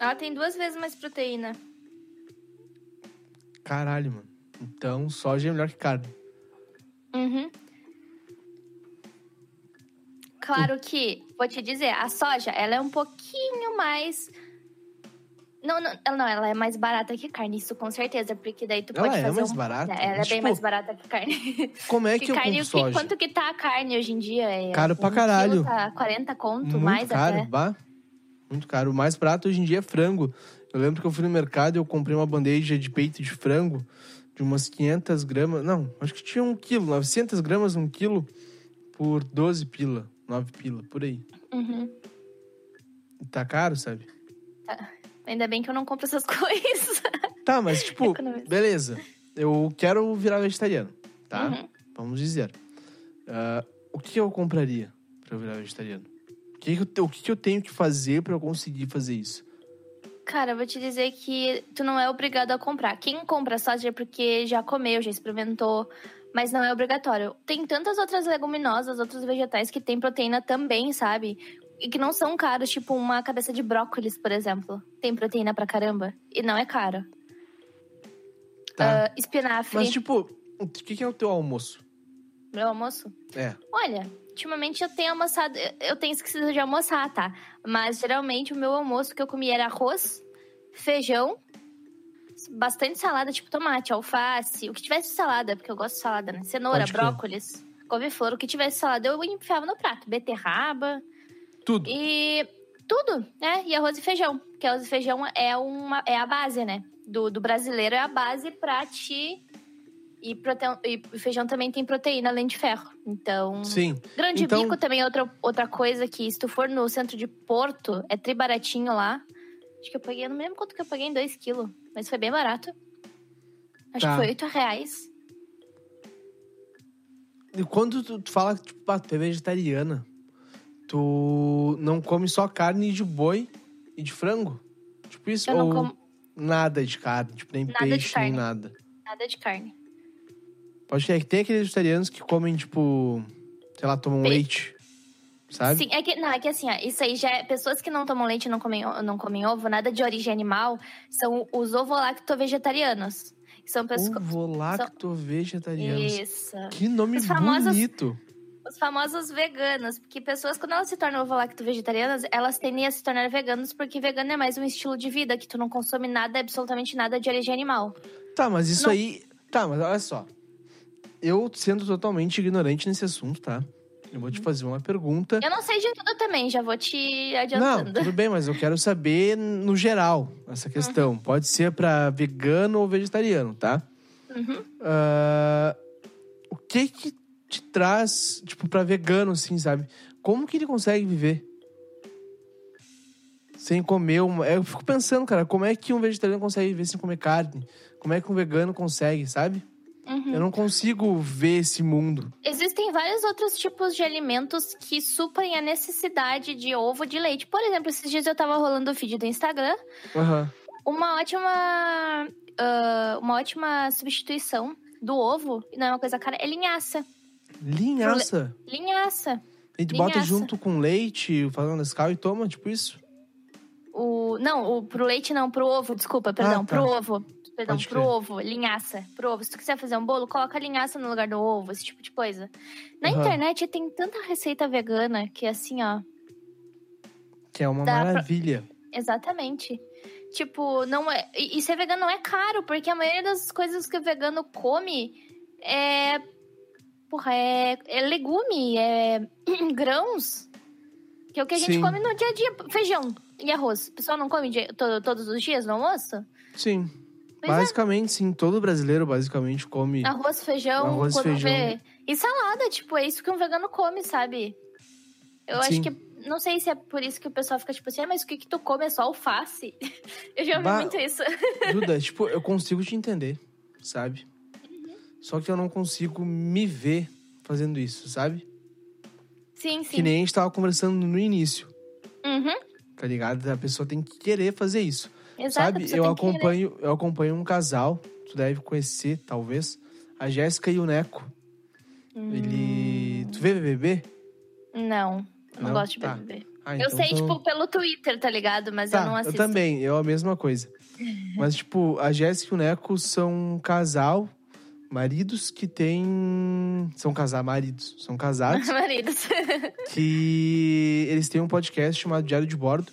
Speaker 3: Ela tem duas vezes mais proteína.
Speaker 2: Caralho, mano. Então, soja é melhor que carne.
Speaker 3: Uhum. Claro que, vou te dizer, a soja, ela é um pouquinho mais. Não, não, ela não, ela é mais barata que carne, isso com certeza, porque daí tu
Speaker 2: Ela
Speaker 3: pode
Speaker 2: é
Speaker 3: fazer
Speaker 2: mais
Speaker 3: um...
Speaker 2: barata,
Speaker 3: Ela é
Speaker 2: mas,
Speaker 3: bem
Speaker 2: tipo,
Speaker 3: mais barata que carne.
Speaker 2: Como é que,
Speaker 3: Porque
Speaker 2: eu
Speaker 3: carne,
Speaker 2: compro
Speaker 3: o que-
Speaker 2: soja?
Speaker 3: quanto que tá a carne hoje em dia? É
Speaker 2: Caro pra
Speaker 3: um
Speaker 2: caralho.
Speaker 3: quilo Tá 40 conto,
Speaker 2: Muito
Speaker 3: mais
Speaker 2: caro,
Speaker 3: até.
Speaker 2: bah. Muito caro. O mais barato hoje em dia é frango. Eu lembro que eu fui no mercado e eu comprei uma bandeja de peito de frango de umas 500 gramas. Não, acho que tinha um quilo. 900 gramas, um quilo por 12 pila. 9 pila, por aí.
Speaker 3: Uhum.
Speaker 2: E Tá caro, sabe?
Speaker 3: Ainda bem que eu não compro essas coisas.
Speaker 2: Tá, mas tipo,
Speaker 3: Economiza.
Speaker 2: beleza. Eu quero virar vegetariano, tá?
Speaker 3: Uhum.
Speaker 2: Vamos dizer. Ah, o que eu compraria pra eu virar vegetariano? O que, que eu, te- o que que eu tenho que fazer pra eu conseguir fazer isso?
Speaker 3: Cara, eu vou te dizer que tu não é obrigado a comprar. Quem compra soja é porque já comeu, já experimentou. mas não é obrigatório. Tem tantas outras leguminosas, outros vegetais que têm proteína também, sabe? E que não são caros, tipo uma cabeça de brócolis, por exemplo. Tem proteína pra caramba e não é caro.
Speaker 2: Tá.
Speaker 3: Ah, espinafre,
Speaker 2: Mas, tipo, o que, que é o teu almoço?
Speaker 3: meu almoço.
Speaker 2: É.
Speaker 3: Olha, ultimamente eu tenho almoçado, eu tenho esquecido de almoçar, tá? Mas geralmente o meu almoço que eu comia era arroz, feijão, bastante salada, tipo tomate, alface, o que tivesse de salada, porque eu gosto de salada, né? Cenoura,
Speaker 2: Pode crer.
Speaker 3: brócolis, couve-flor, o que tivesse de salada eu enfiava no prato, beterraba
Speaker 2: Tudo.
Speaker 3: e tudo, né? E arroz e feijão, porque arroz e feijão é uma é a base, né? Do, do brasileiro é a base pra ti e, prote- e feijão também tem proteína além de ferro. Então,
Speaker 2: Sim.
Speaker 3: Grande
Speaker 2: Então-
Speaker 3: Bico também é outra, outra coisa que, se tu for no centro de Porto, é tribaratinho lá. Acho que eu paguei, eu não me lembro quanto que eu paguei em 2 quilos, mas foi bem barato. Acho
Speaker 2: Tá.
Speaker 3: que foi 8 reais.
Speaker 2: E quando tu, tu fala que tipo, ah, tu é vegetariana, tu não come só carne de boi e de frango? Tipo isso?
Speaker 3: Eu
Speaker 2: ou
Speaker 3: não como
Speaker 2: nada de carne, tipo, nem
Speaker 3: Nada de
Speaker 2: peixe, nem
Speaker 3: carne.
Speaker 2: nada.
Speaker 3: nada de carne.
Speaker 2: Pode ser que tem aqueles vegetarianos que comem, tipo, sei lá, tomam
Speaker 3: Peixe.
Speaker 2: leite. Sabe?
Speaker 3: Sim, é que, não, é que assim, ó, isso aí já é. Pessoas que não tomam leite e não comem, o- não comem ovo, nada de origem animal, são os ovo-lacto-vegetarianos. São pessoas.
Speaker 2: Ovo vegetarianos.
Speaker 3: Isso.
Speaker 2: Que nome
Speaker 3: Os famosos-
Speaker 2: bonito.
Speaker 3: Os famosos veganos, porque pessoas, quando elas se tornam ovo-lacto-vegetarianas, elas tendem a se tornar veganos, porque vegano é mais um estilo de vida, que tu não consome nada, absolutamente nada de origem animal.
Speaker 2: Tá, mas isso
Speaker 3: Não.
Speaker 2: aí. Tá, mas olha só. Eu sendo totalmente ignorante nesse assunto, tá? Eu
Speaker 3: Uhum.
Speaker 2: vou te fazer uma pergunta.
Speaker 3: Eu não sei de tudo também, já vou te
Speaker 2: Não,
Speaker 3: adiantando. Uhum.
Speaker 2: tudo bem, mas eu quero saber no geral essa questão. Pode ser pra vegano ou vegetariano, tá?
Speaker 3: Uhum.
Speaker 2: Ah, o que que te traz, tipo, pra vegano, assim, sabe? Como que ele consegue viver? Sem comer uma... Eu fico pensando, cara, como é que um vegetariano consegue viver sem comer carne? Como é que um vegano consegue, sabe?
Speaker 3: uhum.
Speaker 2: Eu não consigo ver esse mundo.
Speaker 3: Existem vários outros tipos de alimentos que suprem a necessidade de ovo de leite. Por exemplo, esses dias eu tava rolando o feed do Instagram,
Speaker 2: Aham.
Speaker 3: uma ótima ah, uma ótima substituição do ovo, e não é uma coisa cara, é linhaça.
Speaker 2: Linhaça.
Speaker 3: Linhaça.
Speaker 2: A gente bota
Speaker 3: Linhaça.
Speaker 2: junto com leite, fazendo Nescau e toma, tipo isso?
Speaker 3: O, não, o, pro leite não, pro ovo, desculpa, perdão,
Speaker 2: Ah, tá.
Speaker 3: pro ovo. Perdão,
Speaker 2: Pode
Speaker 3: pro
Speaker 2: crer.
Speaker 3: ovo, linhaça, pro ovo. Se tu quiser fazer um bolo, coloca a linhaça no lugar do ovo, esse tipo de coisa. Na
Speaker 2: Aham.
Speaker 3: internet tem tanta receita vegana que assim, ó,
Speaker 2: Que é uma
Speaker 3: Dá pra-
Speaker 2: maravilha.
Speaker 3: exatamente. Tipo, não é. E, e ser vegano não é caro, porque a maioria das coisas que o vegano come é. Porra, é, é legume, é grãos. Que é o que a gente
Speaker 2: Sim.
Speaker 3: come no dia a dia. Feijão e arroz. O pessoal não come dia- to- todos os dias no almoço?
Speaker 2: Sim.
Speaker 3: é.
Speaker 2: basicamente, sim. Todo brasileiro, basicamente, come...
Speaker 3: Arroz, feijão,
Speaker 2: Arroz,
Speaker 3: quando
Speaker 2: feijão.
Speaker 3: vê. E salada, tipo, é isso que um vegano come, sabe? Eu
Speaker 2: Sim.
Speaker 3: acho que. Não sei se é por isso que o pessoal fica tipo assim, "Ah, mas o que, que tu come é só alface. Eu já ouvi
Speaker 2: Bah.
Speaker 3: muito isso.
Speaker 2: Duda, tipo, eu consigo te entender, sabe?
Speaker 3: Uhum.
Speaker 2: Só que eu não consigo me ver fazendo isso, sabe?
Speaker 3: Sim,
Speaker 2: Que
Speaker 3: sim.
Speaker 2: nem a gente tava conversando no início,
Speaker 3: Uhum,
Speaker 2: tá ligado? A pessoa tem que querer fazer isso.
Speaker 3: exato, a
Speaker 2: sabe?
Speaker 3: pessoa
Speaker 2: Eu
Speaker 3: tem que né? querer.
Speaker 2: acompanho, eu acompanho um casal, tu deve conhecer, talvez, a Jéssica e o Neco.
Speaker 3: Hum,
Speaker 2: Ele. Tu vê BBB?
Speaker 3: Não, eu não,
Speaker 2: Não?
Speaker 3: gosto de
Speaker 2: Tá.
Speaker 3: BBB.
Speaker 2: Ah,
Speaker 3: eu sei,
Speaker 2: tu-
Speaker 3: tipo, pelo Twitter, tá ligado? Mas
Speaker 2: Tá,
Speaker 3: eu não assisto.
Speaker 2: também, eu a mesma coisa. Mas, tipo, a Jéssica e o Neco são um casal, maridos que têm. São casar maridos, são casados.
Speaker 3: Maridos.
Speaker 2: que eles têm um podcast chamado Diário de Bordo,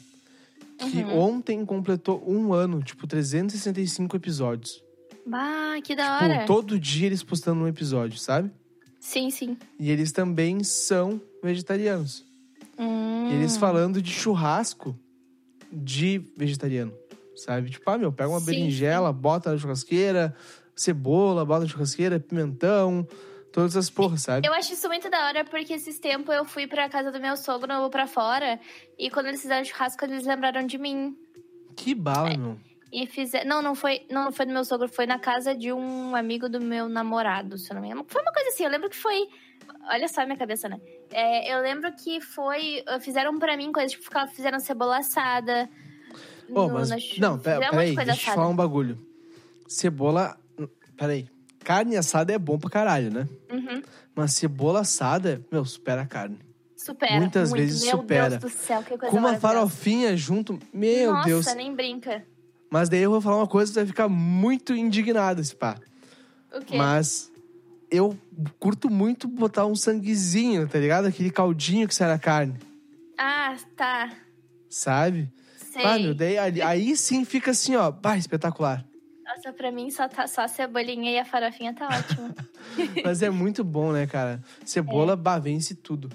Speaker 2: que
Speaker 3: Uhum.
Speaker 2: ontem completou um ano, tipo, 365 episódios.
Speaker 3: bah, que da
Speaker 2: Tipo,
Speaker 3: hora.
Speaker 2: todo dia eles postando um episódio, sabe?
Speaker 3: Sim, sim.
Speaker 2: E eles também são vegetarianos.
Speaker 3: Hum.
Speaker 2: E eles falando de churrasco de vegetariano, sabe? Tipo, ah, meu, pega uma
Speaker 3: Sim,
Speaker 2: berinjela, bota na churrasqueira, cebola, bota na churrasqueira, pimentão, todas essas porras, sabe?
Speaker 3: Eu acho isso muito da hora, porque esses tempos eu fui pra casa do meu sogro pra fora. E quando eles fizeram churrasco, eles lembraram de mim.
Speaker 2: Que bala,
Speaker 3: É,
Speaker 2: meu.
Speaker 3: E fizeram. Não, não foi, não, não foi do meu sogro, foi na casa de um amigo do meu namorado, se eu não me engano. Foi uma coisa assim, eu lembro que foi. Olha só a minha cabeça, né? É, eu lembro que foi. eh, Fizeram pra mim coisas, tipo, ficaram- fizeram cebola assada.
Speaker 2: Ô,
Speaker 3: no-
Speaker 2: mas.
Speaker 3: na chu-
Speaker 2: Não, pera-
Speaker 3: fizeram um monte
Speaker 2: peraí,
Speaker 3: de coisa
Speaker 2: deixa eu te
Speaker 3: assada.
Speaker 2: falar um bagulho. Cebola. Peraí. Carne assada é bom pra caralho, né?
Speaker 3: Uhum.
Speaker 2: Mas cebola assada, meu, supera a carne.
Speaker 3: Supera.
Speaker 2: Muitas
Speaker 3: muito.
Speaker 2: vezes
Speaker 3: Meu
Speaker 2: supera.
Speaker 3: Deus do céu, que coisa
Speaker 2: Com uma
Speaker 3: maravilhosa.
Speaker 2: farofinha junto, meu
Speaker 3: Nossa,
Speaker 2: Deus.
Speaker 3: nem brinca.
Speaker 2: Mas daí eu vou falar uma coisa que tu vai ficar muito indignado, esse pá.
Speaker 3: O quê?
Speaker 2: Mas eu curto muito botar um sanguezinho, tá ligado? Aquele caldinho que sai na carne,
Speaker 3: Ah, tá.
Speaker 2: sabe?
Speaker 3: Sei.
Speaker 2: Ah, meu, daí, ali- aí sim fica assim, ó, bah, espetacular.
Speaker 3: Nossa, pra mim só, tá, só a cebolinha e a farofinha tá ótimo.
Speaker 2: Mas é muito bom, né, cara?
Speaker 3: É.
Speaker 2: Cebola, bah, vence tudo.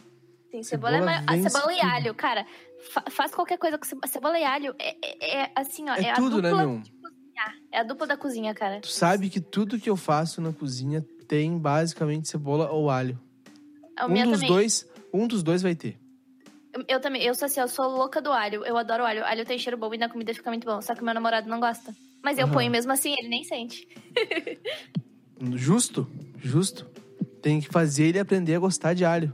Speaker 3: Sim, cebola, é
Speaker 2: Cebola
Speaker 3: maravilhosa.
Speaker 2: vence
Speaker 3: A cebola e
Speaker 2: tudo.
Speaker 3: alho, cara. fa- faz qualquer coisa com cebola. Cebola e alho é, é- é assim, ó.
Speaker 2: É,
Speaker 3: É, a
Speaker 2: tudo, né,
Speaker 3: dupla,
Speaker 2: meu?
Speaker 3: É a dupla da cozinha, cara.
Speaker 2: Tu sabe que tudo que eu faço na cozinha tem basicamente cebola ou alho.
Speaker 3: A
Speaker 2: um
Speaker 3: minha
Speaker 2: dos
Speaker 3: também.
Speaker 2: dois, um dos dois vai ter.
Speaker 3: Eu, eu também. Eu sou assim, eu sou louca do alho. Eu adoro alho. Alho tem cheiro bom e na comida fica muito bom. Só que meu namorado não gosta. Mas eu
Speaker 2: Aham.
Speaker 3: ponho mesmo assim, ele nem sente.
Speaker 2: Justo, justo. Tem que fazer ele aprender a gostar de alho.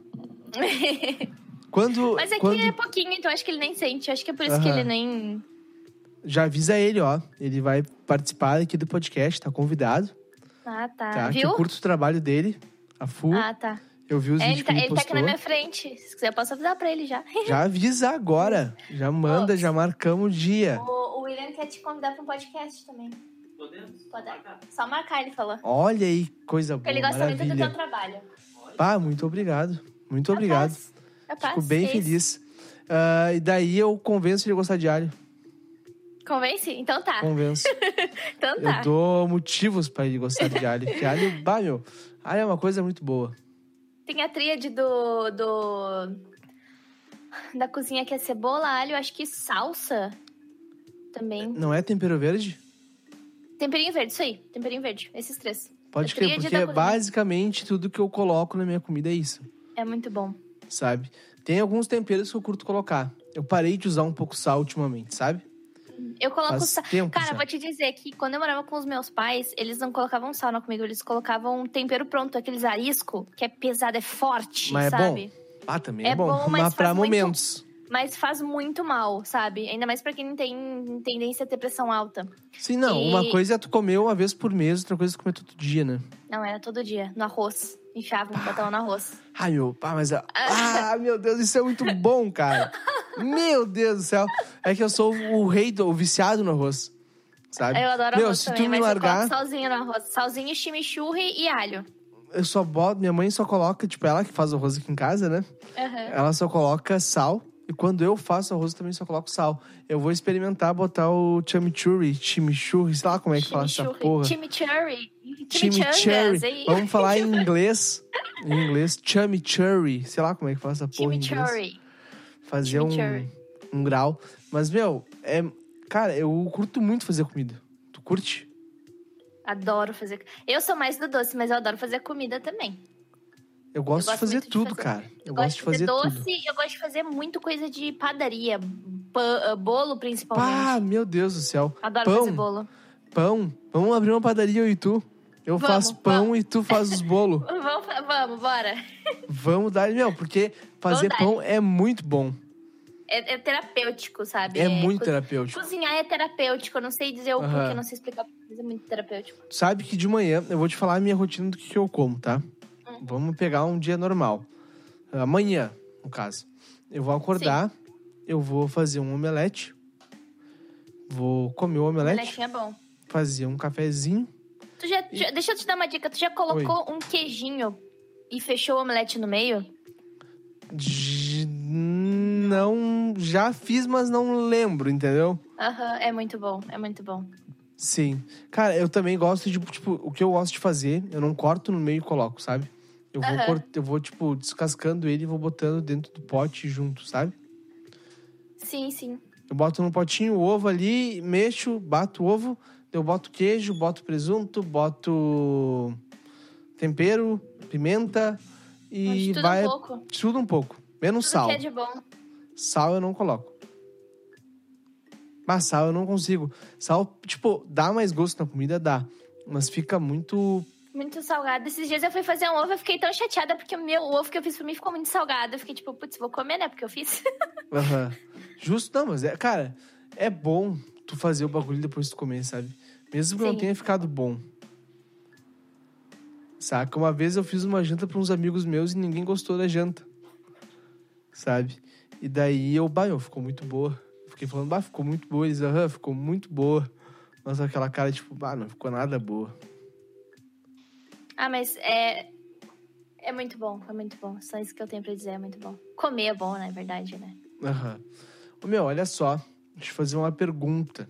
Speaker 2: Quando,
Speaker 3: Mas é
Speaker 2: quando
Speaker 3: que é pouquinho, então acho que ele nem sente. Acho que é por isso que
Speaker 2: Aham.
Speaker 3: ele nem.
Speaker 2: já avisa ele, ó, ele vai participar aqui do podcast, tá convidado,
Speaker 3: Ah, tá.
Speaker 2: tá? Que eu
Speaker 3: Viu?
Speaker 2: curto o trabalho dele, a full.
Speaker 3: Ah, tá.
Speaker 2: eu vi os
Speaker 3: É,
Speaker 2: vídeos
Speaker 3: ele tá,
Speaker 2: que ele,
Speaker 3: ele tá aqui
Speaker 2: postou.
Speaker 3: na minha frente. Se quiser, eu posso avisar pra ele já.
Speaker 2: Já avisa agora, já manda, já marcamos o dia.
Speaker 3: O, o William quer te convidar pra um podcast também. Podemos? Só marcar, ele falou.
Speaker 2: Olha aí, coisa boa,
Speaker 3: Porque ele gosta muito do
Speaker 2: maravilha.
Speaker 3: teu trabalho.
Speaker 2: Pá, muito obrigado, muito obrigado.
Speaker 3: Eu É passo.
Speaker 2: Fico bem feliz. Ah, e daí eu convenço ele a gostar de alho.
Speaker 3: Convence? Então tá.
Speaker 2: Convenço.
Speaker 3: Então tá.
Speaker 2: É, Eu dou motivos pra ele gostar de alho. Porque alho, bah, meu, alho é uma coisa muito boa.
Speaker 3: Tem a tríade do, do. Da cozinha que é cebola, alho, acho que salsa também.
Speaker 2: Não é tempero verde?
Speaker 3: Temperinho verde, isso aí. Temperinho verde. Esses três.
Speaker 2: Pode
Speaker 3: A
Speaker 2: crer,
Speaker 3: tríade
Speaker 2: porque
Speaker 3: da
Speaker 2: é
Speaker 3: cozinha.
Speaker 2: basicamente tudo que eu coloco na minha comida é isso,
Speaker 3: É muito bom.
Speaker 2: sabe? Tem alguns temperos que eu curto colocar. Eu parei de usar um pouco sal ultimamente, sabe?
Speaker 3: Eu coloco
Speaker 2: Faz
Speaker 3: sal.
Speaker 2: tempo
Speaker 3: Cara,
Speaker 2: já.
Speaker 3: vou te dizer que quando eu morava com os meus pais, eles não colocavam sal na comida, eles colocavam um tempero pronto, aqueles arisco, que é pesado, é forte,
Speaker 2: Mas é
Speaker 3: sabe?
Speaker 2: Ah, também é,
Speaker 3: É bom, mas
Speaker 2: mas pra
Speaker 3: faz muito-
Speaker 2: momentos.
Speaker 3: Mas faz muito mal, sabe? Ainda mais pra quem tem tendência a ter pressão alta.
Speaker 2: Sim, não. Uma
Speaker 3: E-
Speaker 2: coisa é tu comer uma vez por mês, outra coisa é tu comer todo dia, né?
Speaker 3: Não, era todo dia, no arroz. Enfiava, botava no arroz.
Speaker 2: Ai, meu, pá, mas. a- Ah, meu Deus, isso é muito bom, cara. Meu Deus do céu. É que eu sou o rei, do, o viciado no arroz. Sabe?
Speaker 3: Eu adoro
Speaker 2: meu,
Speaker 3: arroz
Speaker 2: se
Speaker 3: também,
Speaker 2: tu me
Speaker 3: mas eu
Speaker 2: largar,
Speaker 3: coloco salzinho no arroz. Salzinho, chimichurri e alho.
Speaker 2: eu só boto. Minha mãe só coloca, tipo, ela que faz o arroz aqui em casa, né?
Speaker 3: Aham.
Speaker 2: Ela só coloca sal. E quando eu faço arroz, eu também só coloco sal. Eu vou experimentar botar o chimichurri, chimichurri, sei lá como é que fala essa
Speaker 3: Chimichurri.
Speaker 2: porra.
Speaker 3: Chimichurri. é Chimichangas.
Speaker 2: Chimichurri.
Speaker 3: e-
Speaker 2: Vamos falar em inglês. Em inglês, chimichurri. Sei lá como é que fala essa porra em inglês.
Speaker 3: Chimichurri.
Speaker 2: fazer um,
Speaker 3: Chimichurri.
Speaker 2: um grau. Mas, meu, é. Cara, eu curto muito fazer comida. Tu curte?
Speaker 3: Adoro fazer. Eu sou mais do doce, mas eu adoro fazer comida também.
Speaker 2: Eu gosto,
Speaker 3: gosto
Speaker 2: de fazer
Speaker 3: muito de
Speaker 2: tudo,
Speaker 3: fazer.
Speaker 2: cara. Eu, gosto de fazer,
Speaker 3: doce
Speaker 2: tudo.
Speaker 3: e eu gosto de fazer muito coisa de padaria. pa- bolo, principalmente.
Speaker 2: Pá, meu Deus do céu.
Speaker 3: Adoro
Speaker 2: pão,
Speaker 3: fazer bolo.
Speaker 2: Pão. Vamos abrir uma padaria, eu e tu. Eu
Speaker 3: Vamos,
Speaker 2: faço pão e tu faz os bolos.
Speaker 3: Vamos, fa- vamos, bora.
Speaker 2: Vamos dar, meu, porque fazer
Speaker 3: dar.
Speaker 2: pão é muito bom.
Speaker 3: É, é terapêutico, sabe?
Speaker 2: É, muito
Speaker 3: co-
Speaker 2: terapêutico.
Speaker 3: Cozinhar é terapêutico. Eu não sei dizer o
Speaker 2: Aham.
Speaker 3: porquê, eu não sei explicar, mas é muito terapêutico.
Speaker 2: Tu sabe que de manhã eu vou te falar a minha rotina do que que eu como, tá? Vamos pegar um dia normal. Amanhã, no caso. Eu vou acordar, eu vou fazer um omelete. Vou comer o omelete,
Speaker 3: Molequinho é bom.
Speaker 2: fazer um cafezinho.
Speaker 3: Tu já, já- deixa eu te dar uma dica. Tu já colocou um queijinho e fechou o omelete no meio?
Speaker 2: J- Não. Já fiz, mas não lembro, entendeu?
Speaker 3: Aham, é muito bom, é muito bom.
Speaker 2: Sim. Cara, eu também gosto de, tipo, o que eu gosto de fazer, eu não corto no meio e coloco, sabe? Eu vou,
Speaker 3: Aham.
Speaker 2: cort- eu vou tipo, descascando ele e vou botando dentro do pote junto, sabe?
Speaker 3: Sim, sim.
Speaker 2: Eu boto no potinho o ovo ali, mexo, bato o ovo, eu boto queijo, boto presunto, boto tempero, pimenta
Speaker 3: Mas
Speaker 2: e
Speaker 3: tudo
Speaker 2: vai
Speaker 3: um pouco.
Speaker 2: tudo um pouco, menos
Speaker 3: Tudo
Speaker 2: sal.
Speaker 3: que é de bom.
Speaker 2: Sal eu não coloco. Mas sal eu não consigo. Sal, tipo, dá mais gosto na comida, dá. Mas fica muito.
Speaker 3: Muito salgado. Esses dias eu fui fazer um ovo, eu fiquei tão chateada porque o meu ovo que eu fiz pra mim ficou muito salgado. Eu fiquei tipo, putz, vou comer, né? Porque eu fiz.
Speaker 2: Aham. Justo, não, mas é, cara, é bom tu fazer o bagulho depois que tu comer, sabe? Mesmo que não
Speaker 3: Sim.
Speaker 2: tenha ficado bom. Saca? Uma vez eu fiz uma janta para uns amigos meus e ninguém gostou da janta. Sabe? E daí eu, bah, meu, ficou muito boa. Fiquei falando, bah, ficou muito boa. Eles, aham, ficou muito boa. Nossa, aquela cara, tipo, bah, não ficou nada boa.
Speaker 3: Ah, mas é. É muito bom, é muito bom. Só isso que eu tenho pra dizer, é muito bom. Comer é bom, na verdade, né?
Speaker 2: Aham. Ô, Meu, olha só, deixa eu fazer uma pergunta.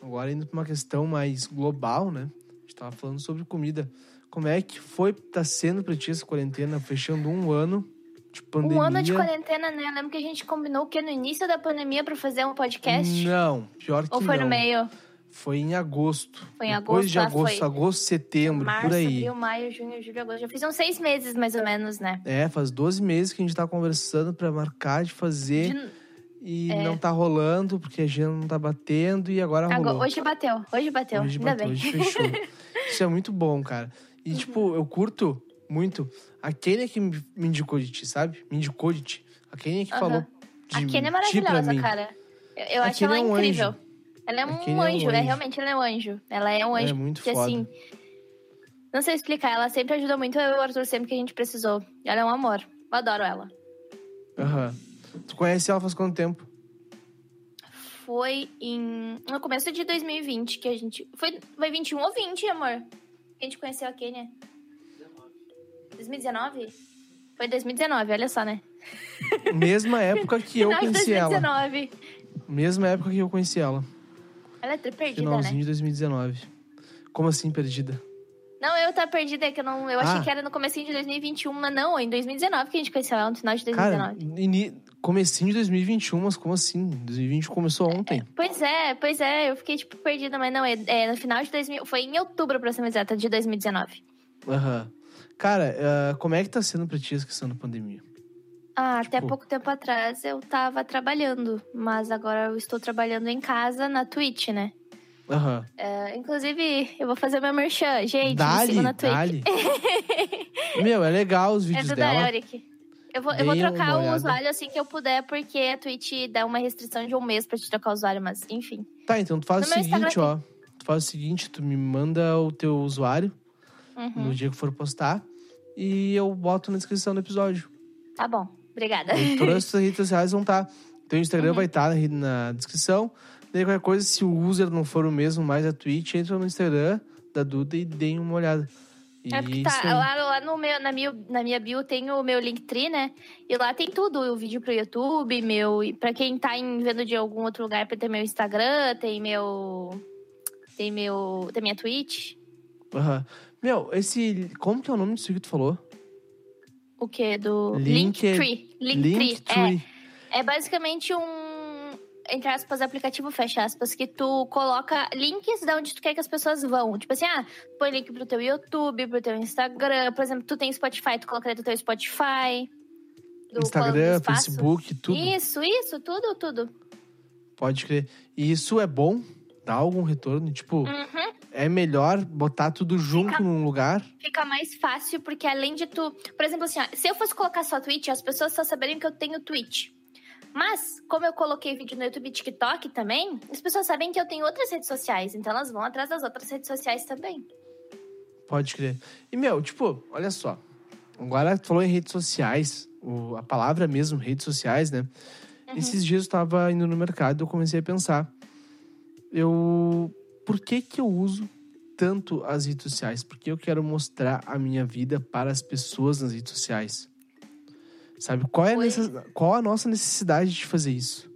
Speaker 2: Agora indo para uma questão mais global, né? A gente tava falando sobre comida. Como é que foi, tá sendo pra ti essa quarentena, fechando um ano de pandemia?
Speaker 3: Um ano de quarentena, né? Eu lembro que a gente combinou que no início da pandemia pra fazer um podcast.
Speaker 2: Não, pior que
Speaker 3: Ou foi
Speaker 2: não.
Speaker 3: no meio?
Speaker 2: Foi em agosto.
Speaker 3: Foi em
Speaker 2: Depois de
Speaker 3: agosto, ah,
Speaker 2: agosto,
Speaker 3: foi
Speaker 2: agosto, setembro,
Speaker 3: Março,
Speaker 2: por aí.
Speaker 3: abril, maio, junho, julho, agosto. Já fiz uns seis meses, mais ou menos, né?
Speaker 2: É, faz 12 meses que a gente tá conversando pra marcar de fazer
Speaker 3: De- é.
Speaker 2: e não tá rolando porque a agenda não tá batendo e agora
Speaker 3: Agora-
Speaker 2: rolou.
Speaker 3: hoje bateu, hoje bateu,
Speaker 2: Hoje
Speaker 3: Então, ainda
Speaker 2: bateu,
Speaker 3: bem.
Speaker 2: hoje fechou. Isso é muito bom, cara. E,
Speaker 3: Uhum.
Speaker 2: tipo, eu curto muito a Kenia que me me indicou de ti, sabe? Me indicou de ti. A Kenia que
Speaker 3: Aham.
Speaker 2: falou de
Speaker 3: a Kenia é
Speaker 2: ti pra
Speaker 3: maravilhosa,
Speaker 2: mim.
Speaker 3: cara. Eu, eu
Speaker 2: A
Speaker 3: acho
Speaker 2: Kenia
Speaker 3: ela
Speaker 2: é um
Speaker 3: incrível.
Speaker 2: anjo.
Speaker 3: Ela é um,
Speaker 2: Kenia é um
Speaker 3: anjo, é
Speaker 2: anjo.
Speaker 3: realmente, ela é um anjo. Ela é um
Speaker 2: Ela é
Speaker 3: anjo.
Speaker 2: muito
Speaker 3: porque,
Speaker 2: foda.
Speaker 3: assim, não sei explicar, ela sempre ajudou muito eu e o Arthur sempre que a gente precisou. Ela é um amor. Eu adoro ela.
Speaker 2: Aham. Tu conhece ela faz quanto tempo?
Speaker 3: Foi em. No começo de 2020 que a gente. Foi, foi 21 ou 20, amor? Que a gente conheceu né? a Kenia. 2019? Foi 2019, olha só, né?
Speaker 2: Mesma época que eu
Speaker 3: Final de
Speaker 2: conheci ela.
Speaker 3: 2019.
Speaker 2: Mesma época que eu conheci ela.
Speaker 3: Ela é tri perdida, né?
Speaker 2: Finalzinho de 2019. Como assim, perdida?
Speaker 3: Não, eu tá perdida, é que eu não. Eu achei
Speaker 2: Ah.
Speaker 3: que era no comecinho de 2021, mas não, em 2019 que a gente conheceu ela, no final de
Speaker 2: Cara,
Speaker 3: 2019.
Speaker 2: ini... comecinho de 2021, mas como assim? 2020 começou ontem.
Speaker 3: Pois é, pois é, eu fiquei tipo perdida, mas não, é, é no final de 2000. Foi em outubro, pra ser mais exata, de 2019.
Speaker 2: Aham. Cara, ah, como é que tá sendo pra ti essa questão da pandemia?
Speaker 3: Ah, até
Speaker 2: Tipo-
Speaker 3: pouco tempo atrás eu tava trabalhando, mas agora eu estou trabalhando em casa na Twitch, né?
Speaker 2: Aham.
Speaker 3: É, inclusive, eu vou fazer meu merchan, gente, me sigam na Twitch.
Speaker 2: dali. Meu, é legal os
Speaker 3: É
Speaker 2: vídeos
Speaker 3: do
Speaker 2: dela.
Speaker 3: da Eric. Eu vou, eu vou
Speaker 2: Deem uma
Speaker 3: trocar o
Speaker 2: olhada.
Speaker 3: usuário assim que eu puder, porque a Twitch dá uma restrição de um mês pra te trocar o usuário, mas enfim.
Speaker 2: Tá, então tu faz
Speaker 3: No
Speaker 2: o
Speaker 3: meu Instagram
Speaker 2: seguinte, ó. Tu faz o seguinte, tu me manda o teu usuário
Speaker 3: Uhum.
Speaker 2: no dia que for postar e eu boto na descrição do episódio.
Speaker 3: Tá bom, obrigada.
Speaker 2: E Todas as tuas redes sociais vão estar. Teu
Speaker 3: Uhum.
Speaker 2: Instagram vai estar na descrição. Daí qualquer coisa, se o user não for o mesmo mais a Twitch, entra no Instagram da Duda e deem uma olhada. E
Speaker 3: É porque
Speaker 2: isso
Speaker 3: tá,
Speaker 2: aí.
Speaker 3: lá, lá no meu, na, minha, na minha bio tem o meu Linktree, né? E lá tem tudo, o vídeo pro YouTube, meu... e Pra quem tá em- vendo de algum outro lugar, tem meu Instagram, tem meu... Tem meu... Tem minha Twitch.
Speaker 2: Aham. Meu, esse. Como que é o nome disso que tu falou?
Speaker 3: O quê? Do...
Speaker 2: Link-
Speaker 3: Linktree. Linktree, é.
Speaker 2: Linktree.
Speaker 3: É basicamente um, entre aspas, aplicativo, fecha aspas, que tu coloca links de onde tu quer que as pessoas vão. Tipo assim, ah, põe link pro teu YouTube, pro teu Instagram. Por exemplo, tu tem Spotify, tu colocaria do teu Spotify. do Colando
Speaker 2: Instagram,
Speaker 3: Espaço.
Speaker 2: Facebook, tudo.
Speaker 3: Isso, isso, tudo, tudo.
Speaker 2: Pode crer. E isso é bom? Dá algum retorno? Tipo,
Speaker 3: Uhum.
Speaker 2: é melhor botar tudo junto num lugar?
Speaker 3: Fica mais fácil, porque além de tu. Por exemplo, assim, ó, se eu fosse colocar só Twitch, as pessoas só saberiam que eu tenho Twitch. Mas, como eu coloquei vídeo no YouTube e TikTok também, as pessoas sabem que eu tenho outras redes sociais, então elas vão atrás das outras redes sociais também.
Speaker 2: Pode crer. E, meu, tipo, olha só. Agora tu falou em redes sociais, o- a palavra mesmo, redes sociais, né?
Speaker 3: Uhum.
Speaker 2: Esses dias eu tava indo no mercado e eu comecei a pensar. Eu. Por que que eu uso tanto as redes sociais? Porque eu quero mostrar a minha vida para as pessoas nas redes sociais. Sabe? Qual, é a
Speaker 3: Oi.
Speaker 2: necess- Qual a nossa necessidade de fazer isso?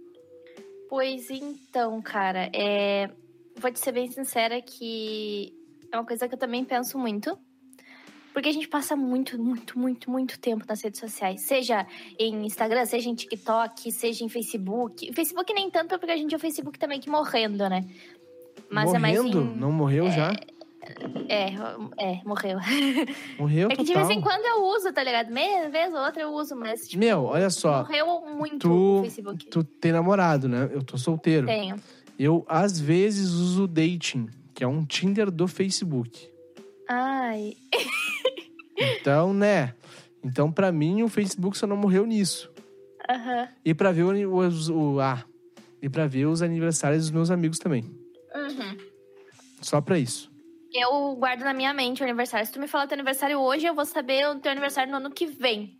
Speaker 3: Pois então, cara, é... vou te ser bem sincera que é uma coisa que eu também penso muito. Porque a gente passa muito, muito, muito, muito tempo nas redes sociais. Seja em Instagram, seja em TikTok, seja em Facebook. Facebook nem tanto, porque a gente é o Facebook também que morrendo, né? Mas
Speaker 2: morrendo?
Speaker 3: é mais em...
Speaker 2: Não morreu já?
Speaker 3: É, é, morreu.
Speaker 2: Morreu
Speaker 3: é que
Speaker 2: total.
Speaker 3: de vez em quando eu uso, tá ligado? Meia vez ou outra eu uso, mas tipo,
Speaker 2: Meu, olha só.
Speaker 3: morreu muito
Speaker 2: tu-
Speaker 3: o Facebook.
Speaker 2: Tu tem namorado, né? Eu tô solteiro.
Speaker 3: Tenho.
Speaker 2: Eu, às vezes, uso o Dating, que é um Tinder do Facebook.
Speaker 3: Ai,
Speaker 2: Então, né? Então, pra mim, o Facebook só não morreu nisso.
Speaker 3: aham.
Speaker 2: E pra ver o... o, o ah, e pra ver os aniversários dos meus amigos também.
Speaker 3: Uhum.
Speaker 2: Só pra isso.
Speaker 3: Eu guardo na minha mente o aniversário. Se tu me falar teu aniversário hoje, eu vou saber o teu aniversário no ano que vem.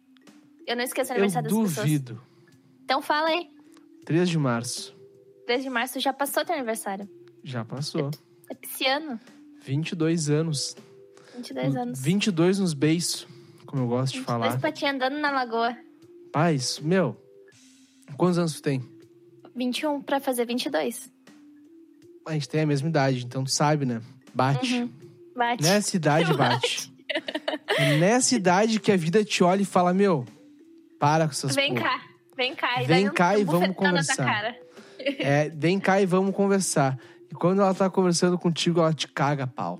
Speaker 3: Eu não esqueço o
Speaker 2: Eu
Speaker 3: Tá aniversário das pessoas.
Speaker 2: duvido.
Speaker 3: Então fala aí.
Speaker 2: 3 de março.
Speaker 3: 3 de março já passou teu aniversário.
Speaker 2: Já passou.
Speaker 3: É pisciano.
Speaker 2: 22 anos.
Speaker 3: 22 anos.
Speaker 2: 22 nos beijos, como eu gosto de falar.
Speaker 3: Dois patinhos andando na lagoa.
Speaker 2: Paz, meu. Quantos anos tu tem?
Speaker 3: 21 pra fazer 22.
Speaker 2: A gente tem a mesma idade, então tu sabe, né? Bate.
Speaker 3: Uhum. Bate.
Speaker 2: É Nessa idade bate. É Nessa idade que a vida te olha e fala, meu, para com essas
Speaker 3: Vem
Speaker 2: porra.
Speaker 3: cá. Vem cá.
Speaker 2: Vem
Speaker 3: e daí eu-
Speaker 2: cá e
Speaker 3: eu vou
Speaker 2: vamos
Speaker 3: fetando na tua
Speaker 2: conversar.
Speaker 3: cara.
Speaker 2: É, vem cá e vamos conversar. E quando ela tá conversando contigo, ela te caga a pau.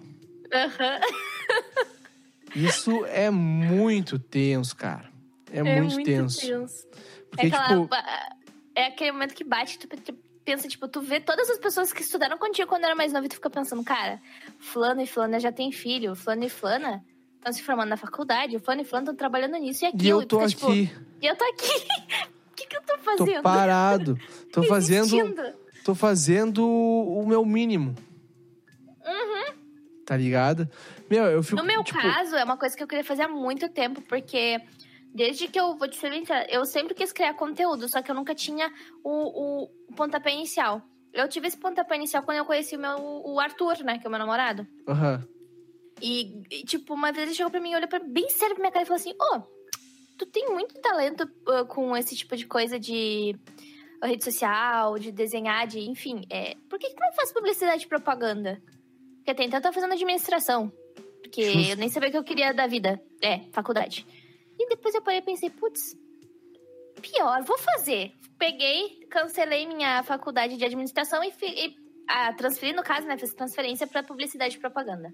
Speaker 3: Aham.
Speaker 2: Isso é muito tenso, cara. É,
Speaker 3: É
Speaker 2: muito, tenso.
Speaker 3: tenso.
Speaker 2: Porque,
Speaker 3: é, aquela-
Speaker 2: tipo,
Speaker 3: ba- é aquele momento que bate, tu pe- pensa, tipo, tu vê todas as pessoas que estudaram contigo quando era mais novo e tu fica pensando, cara, fulano e fulana já tem filho, fulano e fulana estão se formando na faculdade, fulano e fulano estão trabalhando nisso e aquilo.
Speaker 2: e eu tô
Speaker 3: tu fica,
Speaker 2: aqui,
Speaker 3: Tipo, e eu tô aqui. O que, que eu tô
Speaker 2: tô
Speaker 3: fazendo?
Speaker 2: parado. Tô fazendo,
Speaker 3: Existindo.
Speaker 2: tô fazendo o meu mínimo. Tá ligado? Meu, eu fico.
Speaker 3: Uhum. No meu
Speaker 2: tipo,
Speaker 3: caso, é uma coisa que eu queria fazer há muito tempo, porque desde que eu vou te ser bem sincera, eu sempre quis criar conteúdo, só que eu nunca tinha o, o pontapé inicial. Eu tive esse pontapé inicial quando eu conheci o meu o Arthur, né? Que é o meu namorado.
Speaker 2: aham.
Speaker 3: E, e, tipo, uma vez ele chegou pra mim, olhou pra bem sério pra minha cara e falou assim: Ô, tu tem muito talento ah, com esse tipo de coisa de rede social, de desenhar, de enfim. É, por que, que tu não faz publicidade e propaganda? Porque até então eu tava fazendo administração. Porque
Speaker 2: Justo.
Speaker 3: eu nem sabia o que eu queria da vida. É, faculdade. E depois eu parei e pensei, putz, pior, vou fazer. Peguei, cancelei minha faculdade de administração e, fi- e ah, transferi, no caso, né? Fiz transferência pra publicidade e propaganda.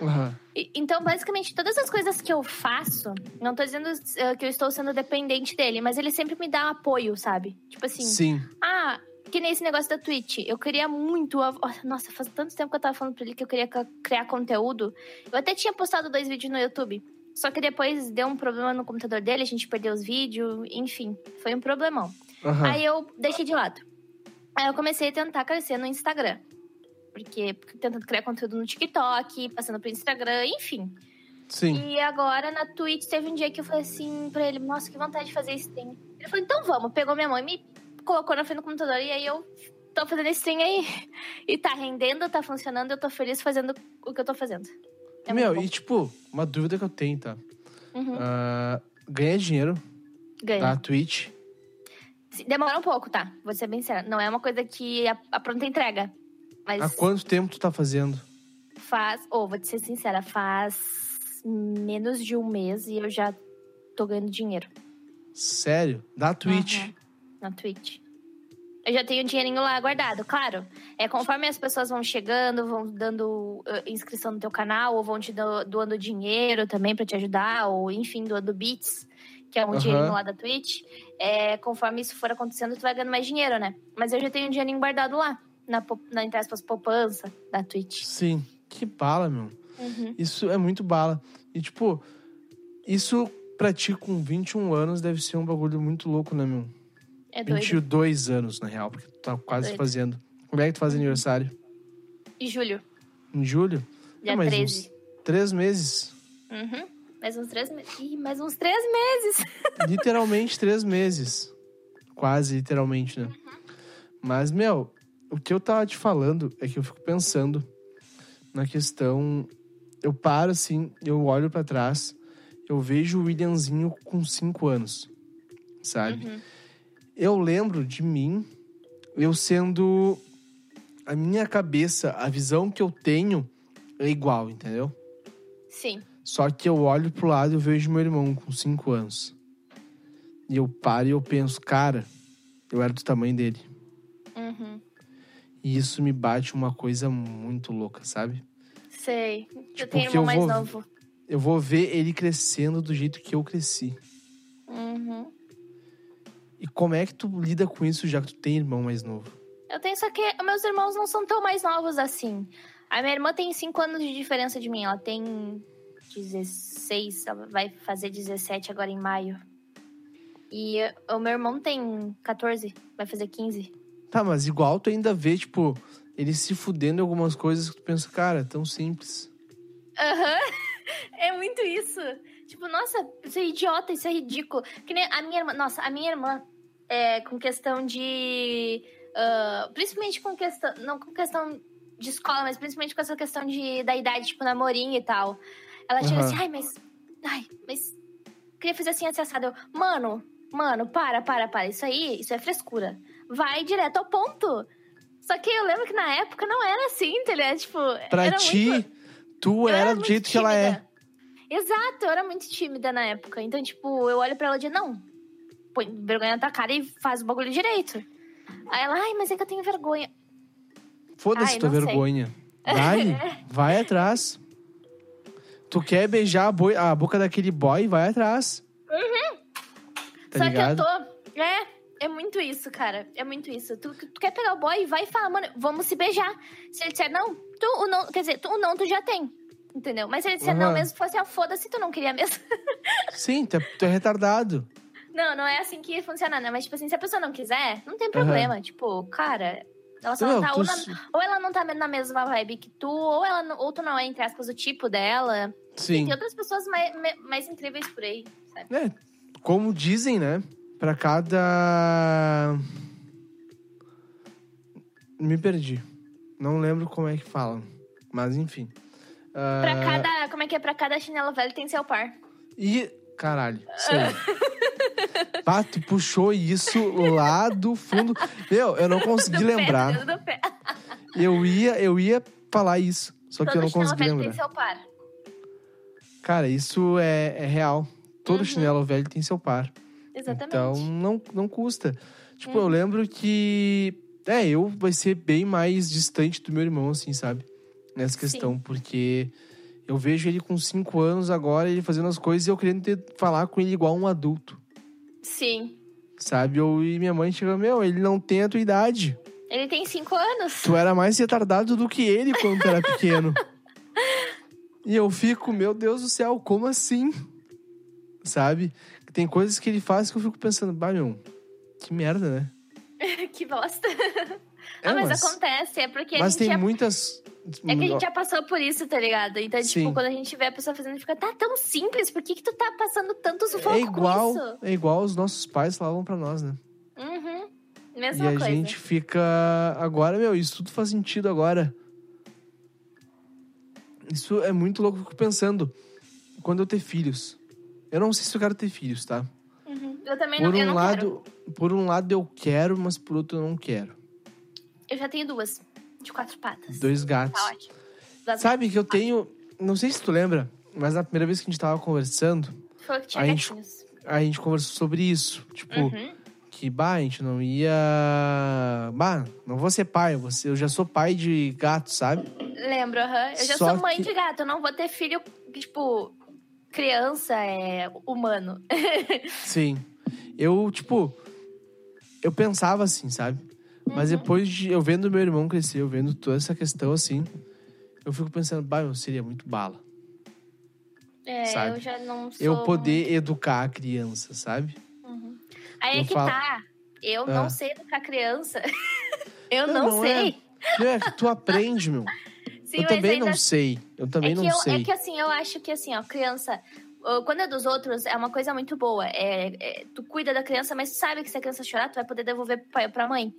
Speaker 2: aham.
Speaker 3: E- Então, basicamente, todas as coisas que eu faço, não tô dizendo eh, que eu estou sendo dependente dele, mas ele sempre me dá apoio, sabe? Tipo assim,
Speaker 2: Sim.
Speaker 3: ah, que nem esse negócio da Twitch. Eu queria muito. a- Nossa, Nossa, faz tanto tempo que eu tava falando pra ele que eu queria ca- criar conteúdo. Eu até tinha postado dois vídeos no YouTube. Só que depois deu um problema no computador dele, a gente perdeu os vídeos, enfim, foi um problemão.
Speaker 2: aham.
Speaker 3: Aí eu deixei de lado. Aí eu comecei a tentar crescer no Instagram. Porque tentando criar conteúdo no TikTok, passando pro Instagram, enfim.
Speaker 2: Sim.
Speaker 3: E agora na Twitch teve um dia que eu falei assim pra ele, nossa, que vontade de fazer stream. Ele falou, então vamos, pegou minha mão e me colocou na frente do computador e aí eu tô fazendo stream aí. E tá rendendo, tá funcionando, eu tô feliz fazendo o que eu tô fazendo. É
Speaker 2: meu,
Speaker 3: muito
Speaker 2: e tipo, uma dúvida que eu tenho, tá?
Speaker 3: bom. Uhum,
Speaker 2: Ah, ganha dinheiro da tá.
Speaker 3: ganha.
Speaker 2: Twitch.
Speaker 3: Se- Demora um pouco, tá? Vou ser bem sincera. Não é uma coisa que a, a pronta entrega. Mas
Speaker 2: Há quanto tempo tu tá fazendo?
Speaker 3: Faz, ou vou te ser sincera, faz menos de um mês e eu já tô ganhando dinheiro
Speaker 2: Sério? Da Twitch.
Speaker 3: Aham. na Twitch. Eu já tenho um dinheirinho lá guardado, claro. É conforme as pessoas vão chegando, vão dando eh, inscrição no teu canal, ou vão te do- doando dinheiro também pra te ajudar, ou enfim, doando bits, que é um
Speaker 2: Aham.
Speaker 3: dinheirinho lá da Twitch. É, conforme isso for acontecendo, tu vai ganhando mais dinheiro, né? Mas eu já tenho um dinheirinho guardado lá, na, po- na entre aspas, poupança da Twitch.
Speaker 2: Sim. Que bala, meu.
Speaker 3: Uhum.
Speaker 2: Isso é muito bala. E, tipo, isso pra ti com 21 anos deve ser um bagulho muito louco, né, meu?
Speaker 3: É doido.
Speaker 2: 22 anos, na real, porque tu tá quase
Speaker 3: Doido. Uhum.
Speaker 2: fazendo. Como é que tu faz aniversário?
Speaker 3: E julho?
Speaker 2: Em julho?
Speaker 3: Dia
Speaker 2: Ah, mas
Speaker 3: 13.
Speaker 2: uns Três meses.
Speaker 3: Uhum. Mais uns três meses. Ih, mais uns três meses.
Speaker 2: literalmente três meses. Quase literalmente, né? Mas, meu, o que eu tava te falando é que eu fico pensando na questão. Eu paro assim, eu olho pra trás, eu vejo o Williamzinho com cinco anos, sabe?
Speaker 3: Uhum.
Speaker 2: Eu lembro de mim, eu sendo. A minha cabeça, a visão que eu tenho é igual, entendeu?
Speaker 3: Sim.
Speaker 2: Só que eu olho pro lado e eu vejo meu irmão com 5 anos. E eu paro e eu penso, cara, eu era do tamanho dele.
Speaker 3: Uhum.
Speaker 2: E isso me bate uma coisa muito louca, sabe?
Speaker 3: Sei. eu
Speaker 2: Tipo,
Speaker 3: tenho
Speaker 2: que eu
Speaker 3: irmão mais
Speaker 2: vou-
Speaker 3: novo.
Speaker 2: Eu vou ver ele crescendo do jeito que eu cresci.
Speaker 3: Uhum.
Speaker 2: E como é que tu lida com isso já que tu tem irmão mais novo?
Speaker 3: Eu tenho, só que meus irmãos não são tão mais novos assim. A minha irmã tem cinco anos de diferença de mim. Ela tem 16, ela vai fazer 17 agora em maio. E eh, o meu irmão tem 14, vai fazer 15.
Speaker 2: Tá, mas igual tu ainda vê, tipo, ele se fudendo em algumas coisas que tu pensa, cara, é tão simples.
Speaker 3: Aham. É muito isso. Tipo, nossa, isso é idiota, isso é ridículo. Que nem a minha irmã. Nossa, a minha irmã, é, com questão de. ah, principalmente com questão. Não com questão de escola, mas principalmente com essa questão de, da idade, tipo, namorinho e tal. Ela chega
Speaker 2: Aham.
Speaker 3: assim, ai, mas. Ai, mas. Queria fazer assim, assim, assado. Eu, mano, mano, para, para, para. Isso aí, isso é frescura. Vai direto ao ponto. Só que eu lembro que na época não era assim, entendeu? Tipo,
Speaker 2: Pra
Speaker 3: era
Speaker 2: ti,
Speaker 3: muito-
Speaker 2: tu
Speaker 3: eu
Speaker 2: era do
Speaker 3: muito
Speaker 2: jeito que ela é.
Speaker 3: tímida. Exato, eu era muito tímida na época. Então, tipo, eu olho pra ela e digo, não, põe vergonha na tua cara e faz o bagulho direito. Aí ela, ai, mas é que eu tenho vergonha.
Speaker 2: Foda-se
Speaker 3: Ai,
Speaker 2: tua
Speaker 3: não sei.
Speaker 2: vergonha. Vai, vai atrás. Tu quer beijar a, boi- a boca daquele boy, vai atrás. Tá
Speaker 3: Uhum. Só
Speaker 2: ligado?
Speaker 3: que eu tô. É. É muito isso, cara. É muito isso. Tu, tu quer pegar o boy e vai falar, mano, vamos se beijar. Se ele disser não, tu o não. Quer dizer, tu o não, tu já tem. Entendeu? Mas se ele disser não
Speaker 2: Aham.
Speaker 3: mesmo, fosse assim, ah, foda-se, tu não queria mesmo.
Speaker 2: Sim, tu é, tu é retardado.
Speaker 3: não, não é assim que funciona, né? Mas, tipo assim, se a pessoa não quiser, não tem problema. Tipo, cara, ela só não, tá
Speaker 2: tu
Speaker 3: ou na-
Speaker 2: s-
Speaker 3: ou ela não tá na mesma vibe que tu, ou, ela, não- ou tu não é, entre aspas, o tipo dela.
Speaker 2: Sim.
Speaker 3: Tem outras pessoas mais, me- mais incríveis por aí, sabe?
Speaker 2: É, como dizem, né? Pra cada. Me perdi. Não lembro como é que falam. Mas enfim. Ah,
Speaker 3: Pra cada. Como é que é? Pra cada chinelo velho tem seu par.
Speaker 2: E. Caralho, isso aí. Pá, tu puxou isso lá do fundo. Meu, eu não consegui
Speaker 3: Do pé,
Speaker 2: lembrar.
Speaker 3: do dedo do pé.
Speaker 2: Eu ia, eu ia falar isso, só que eu
Speaker 3: Todo
Speaker 2: não
Speaker 3: chinelo
Speaker 2: consegui
Speaker 3: velho tem
Speaker 2: lembrar.
Speaker 3: seu par.
Speaker 2: Cara, isso é, é real. Todo
Speaker 3: Uhum.
Speaker 2: chinelo velho tem seu par.
Speaker 3: Exatamente. Uhum.
Speaker 2: Então não, não custa. Tipo, eu lembro que. É, eu vai ser bem mais distante do meu irmão, assim, sabe? Nessa questão, porque eu vejo ele com cinco anos agora, ele fazendo as coisas e eu querendo ter, falar com ele igual um adulto,
Speaker 3: Sim.
Speaker 2: sabe? Eu, e minha mãe chega, meu, ele não tem a tua idade.
Speaker 3: Ele tem cinco anos.
Speaker 2: Tu era mais retardado do que ele quando tu era pequeno. e eu fico, meu Deus do céu, como assim? Sabe? Tem coisas que ele faz que eu fico pensando, bah, meu, que merda, né?
Speaker 3: que bosta.
Speaker 2: É,
Speaker 3: ah, mas,
Speaker 2: mas-
Speaker 3: acontece. É porque a
Speaker 2: Mas
Speaker 3: gente
Speaker 2: tem
Speaker 3: é
Speaker 2: muitas. Hum,
Speaker 3: É que a gente já passou por isso, tá ligado? Então,
Speaker 2: Sim.
Speaker 3: tipo, quando a gente vê a pessoa fazendo, fica, tá tão simples, por que, que tu tá passando tanto sufoco
Speaker 2: é igual,
Speaker 3: com isso?
Speaker 2: é igual os nossos pais falavam pra nós, né?
Speaker 3: Uhum.
Speaker 2: e
Speaker 3: Mesma
Speaker 2: a
Speaker 3: coisa.
Speaker 2: gente fica agora, meu, isso tudo faz sentido agora. Isso é muito louco, eu fico pensando quando eu ter filhos. Eu não sei se eu quero ter filhos, tá?
Speaker 3: Uhum. Eu também
Speaker 2: Por
Speaker 3: não, eu
Speaker 2: um
Speaker 3: não quero.
Speaker 2: lado, por um lado eu quero, mas por outro eu não quero.
Speaker 3: Eu já tenho duas. De quatro patas.
Speaker 2: Dois gatos.
Speaker 3: Tá ótimo. Duas
Speaker 2: Sabe que eu tenho, não sei se tu lembra, mas na primeira vez que a gente tava conversando,
Speaker 3: gatas. Falou que tinha
Speaker 2: a gente-
Speaker 3: gatinhos.
Speaker 2: a gente conversou sobre isso, tipo,
Speaker 3: Uhum.
Speaker 2: que bah, a gente não ia. Bah, não vou ser pai, eu, vou ser- eu já sou pai de gato, sabe?
Speaker 3: Lembro, aham. Eu já
Speaker 2: Só
Speaker 3: sou mãe
Speaker 2: que-
Speaker 3: de gato, eu não vou ter filho, tipo, criança, é humano.
Speaker 2: Sim. Eu, tipo, eu pensava assim, sabe? Mas
Speaker 3: Uhum.
Speaker 2: depois de eu vendo meu irmão crescer, eu vendo toda essa questão assim, eu fico pensando, bah, eu seria muito bala.
Speaker 3: É,
Speaker 2: Sabe?
Speaker 3: eu já não sou.
Speaker 2: Eu poder educar a criança, sabe?
Speaker 3: Aí
Speaker 2: eu
Speaker 3: é que
Speaker 2: falo-
Speaker 3: tá. Eu
Speaker 2: Ah.
Speaker 3: não sei educar criança. eu
Speaker 2: Não,
Speaker 3: não,
Speaker 2: não é.
Speaker 3: sei.
Speaker 2: Meu, é que tu aprende, meu.
Speaker 3: Sim,
Speaker 2: eu
Speaker 3: mas
Speaker 2: também
Speaker 3: ainda assim,
Speaker 2: não sei. Eu também
Speaker 3: é que
Speaker 2: não
Speaker 3: eu-
Speaker 2: sei.
Speaker 3: É que assim, eu acho que assim, ó, criança. ó, Quando é dos outros, é uma coisa muito boa. É, é, tu cuida da criança, mas tu sabe que se a criança chorar, tu vai poder devolver pro pai, pra mãe,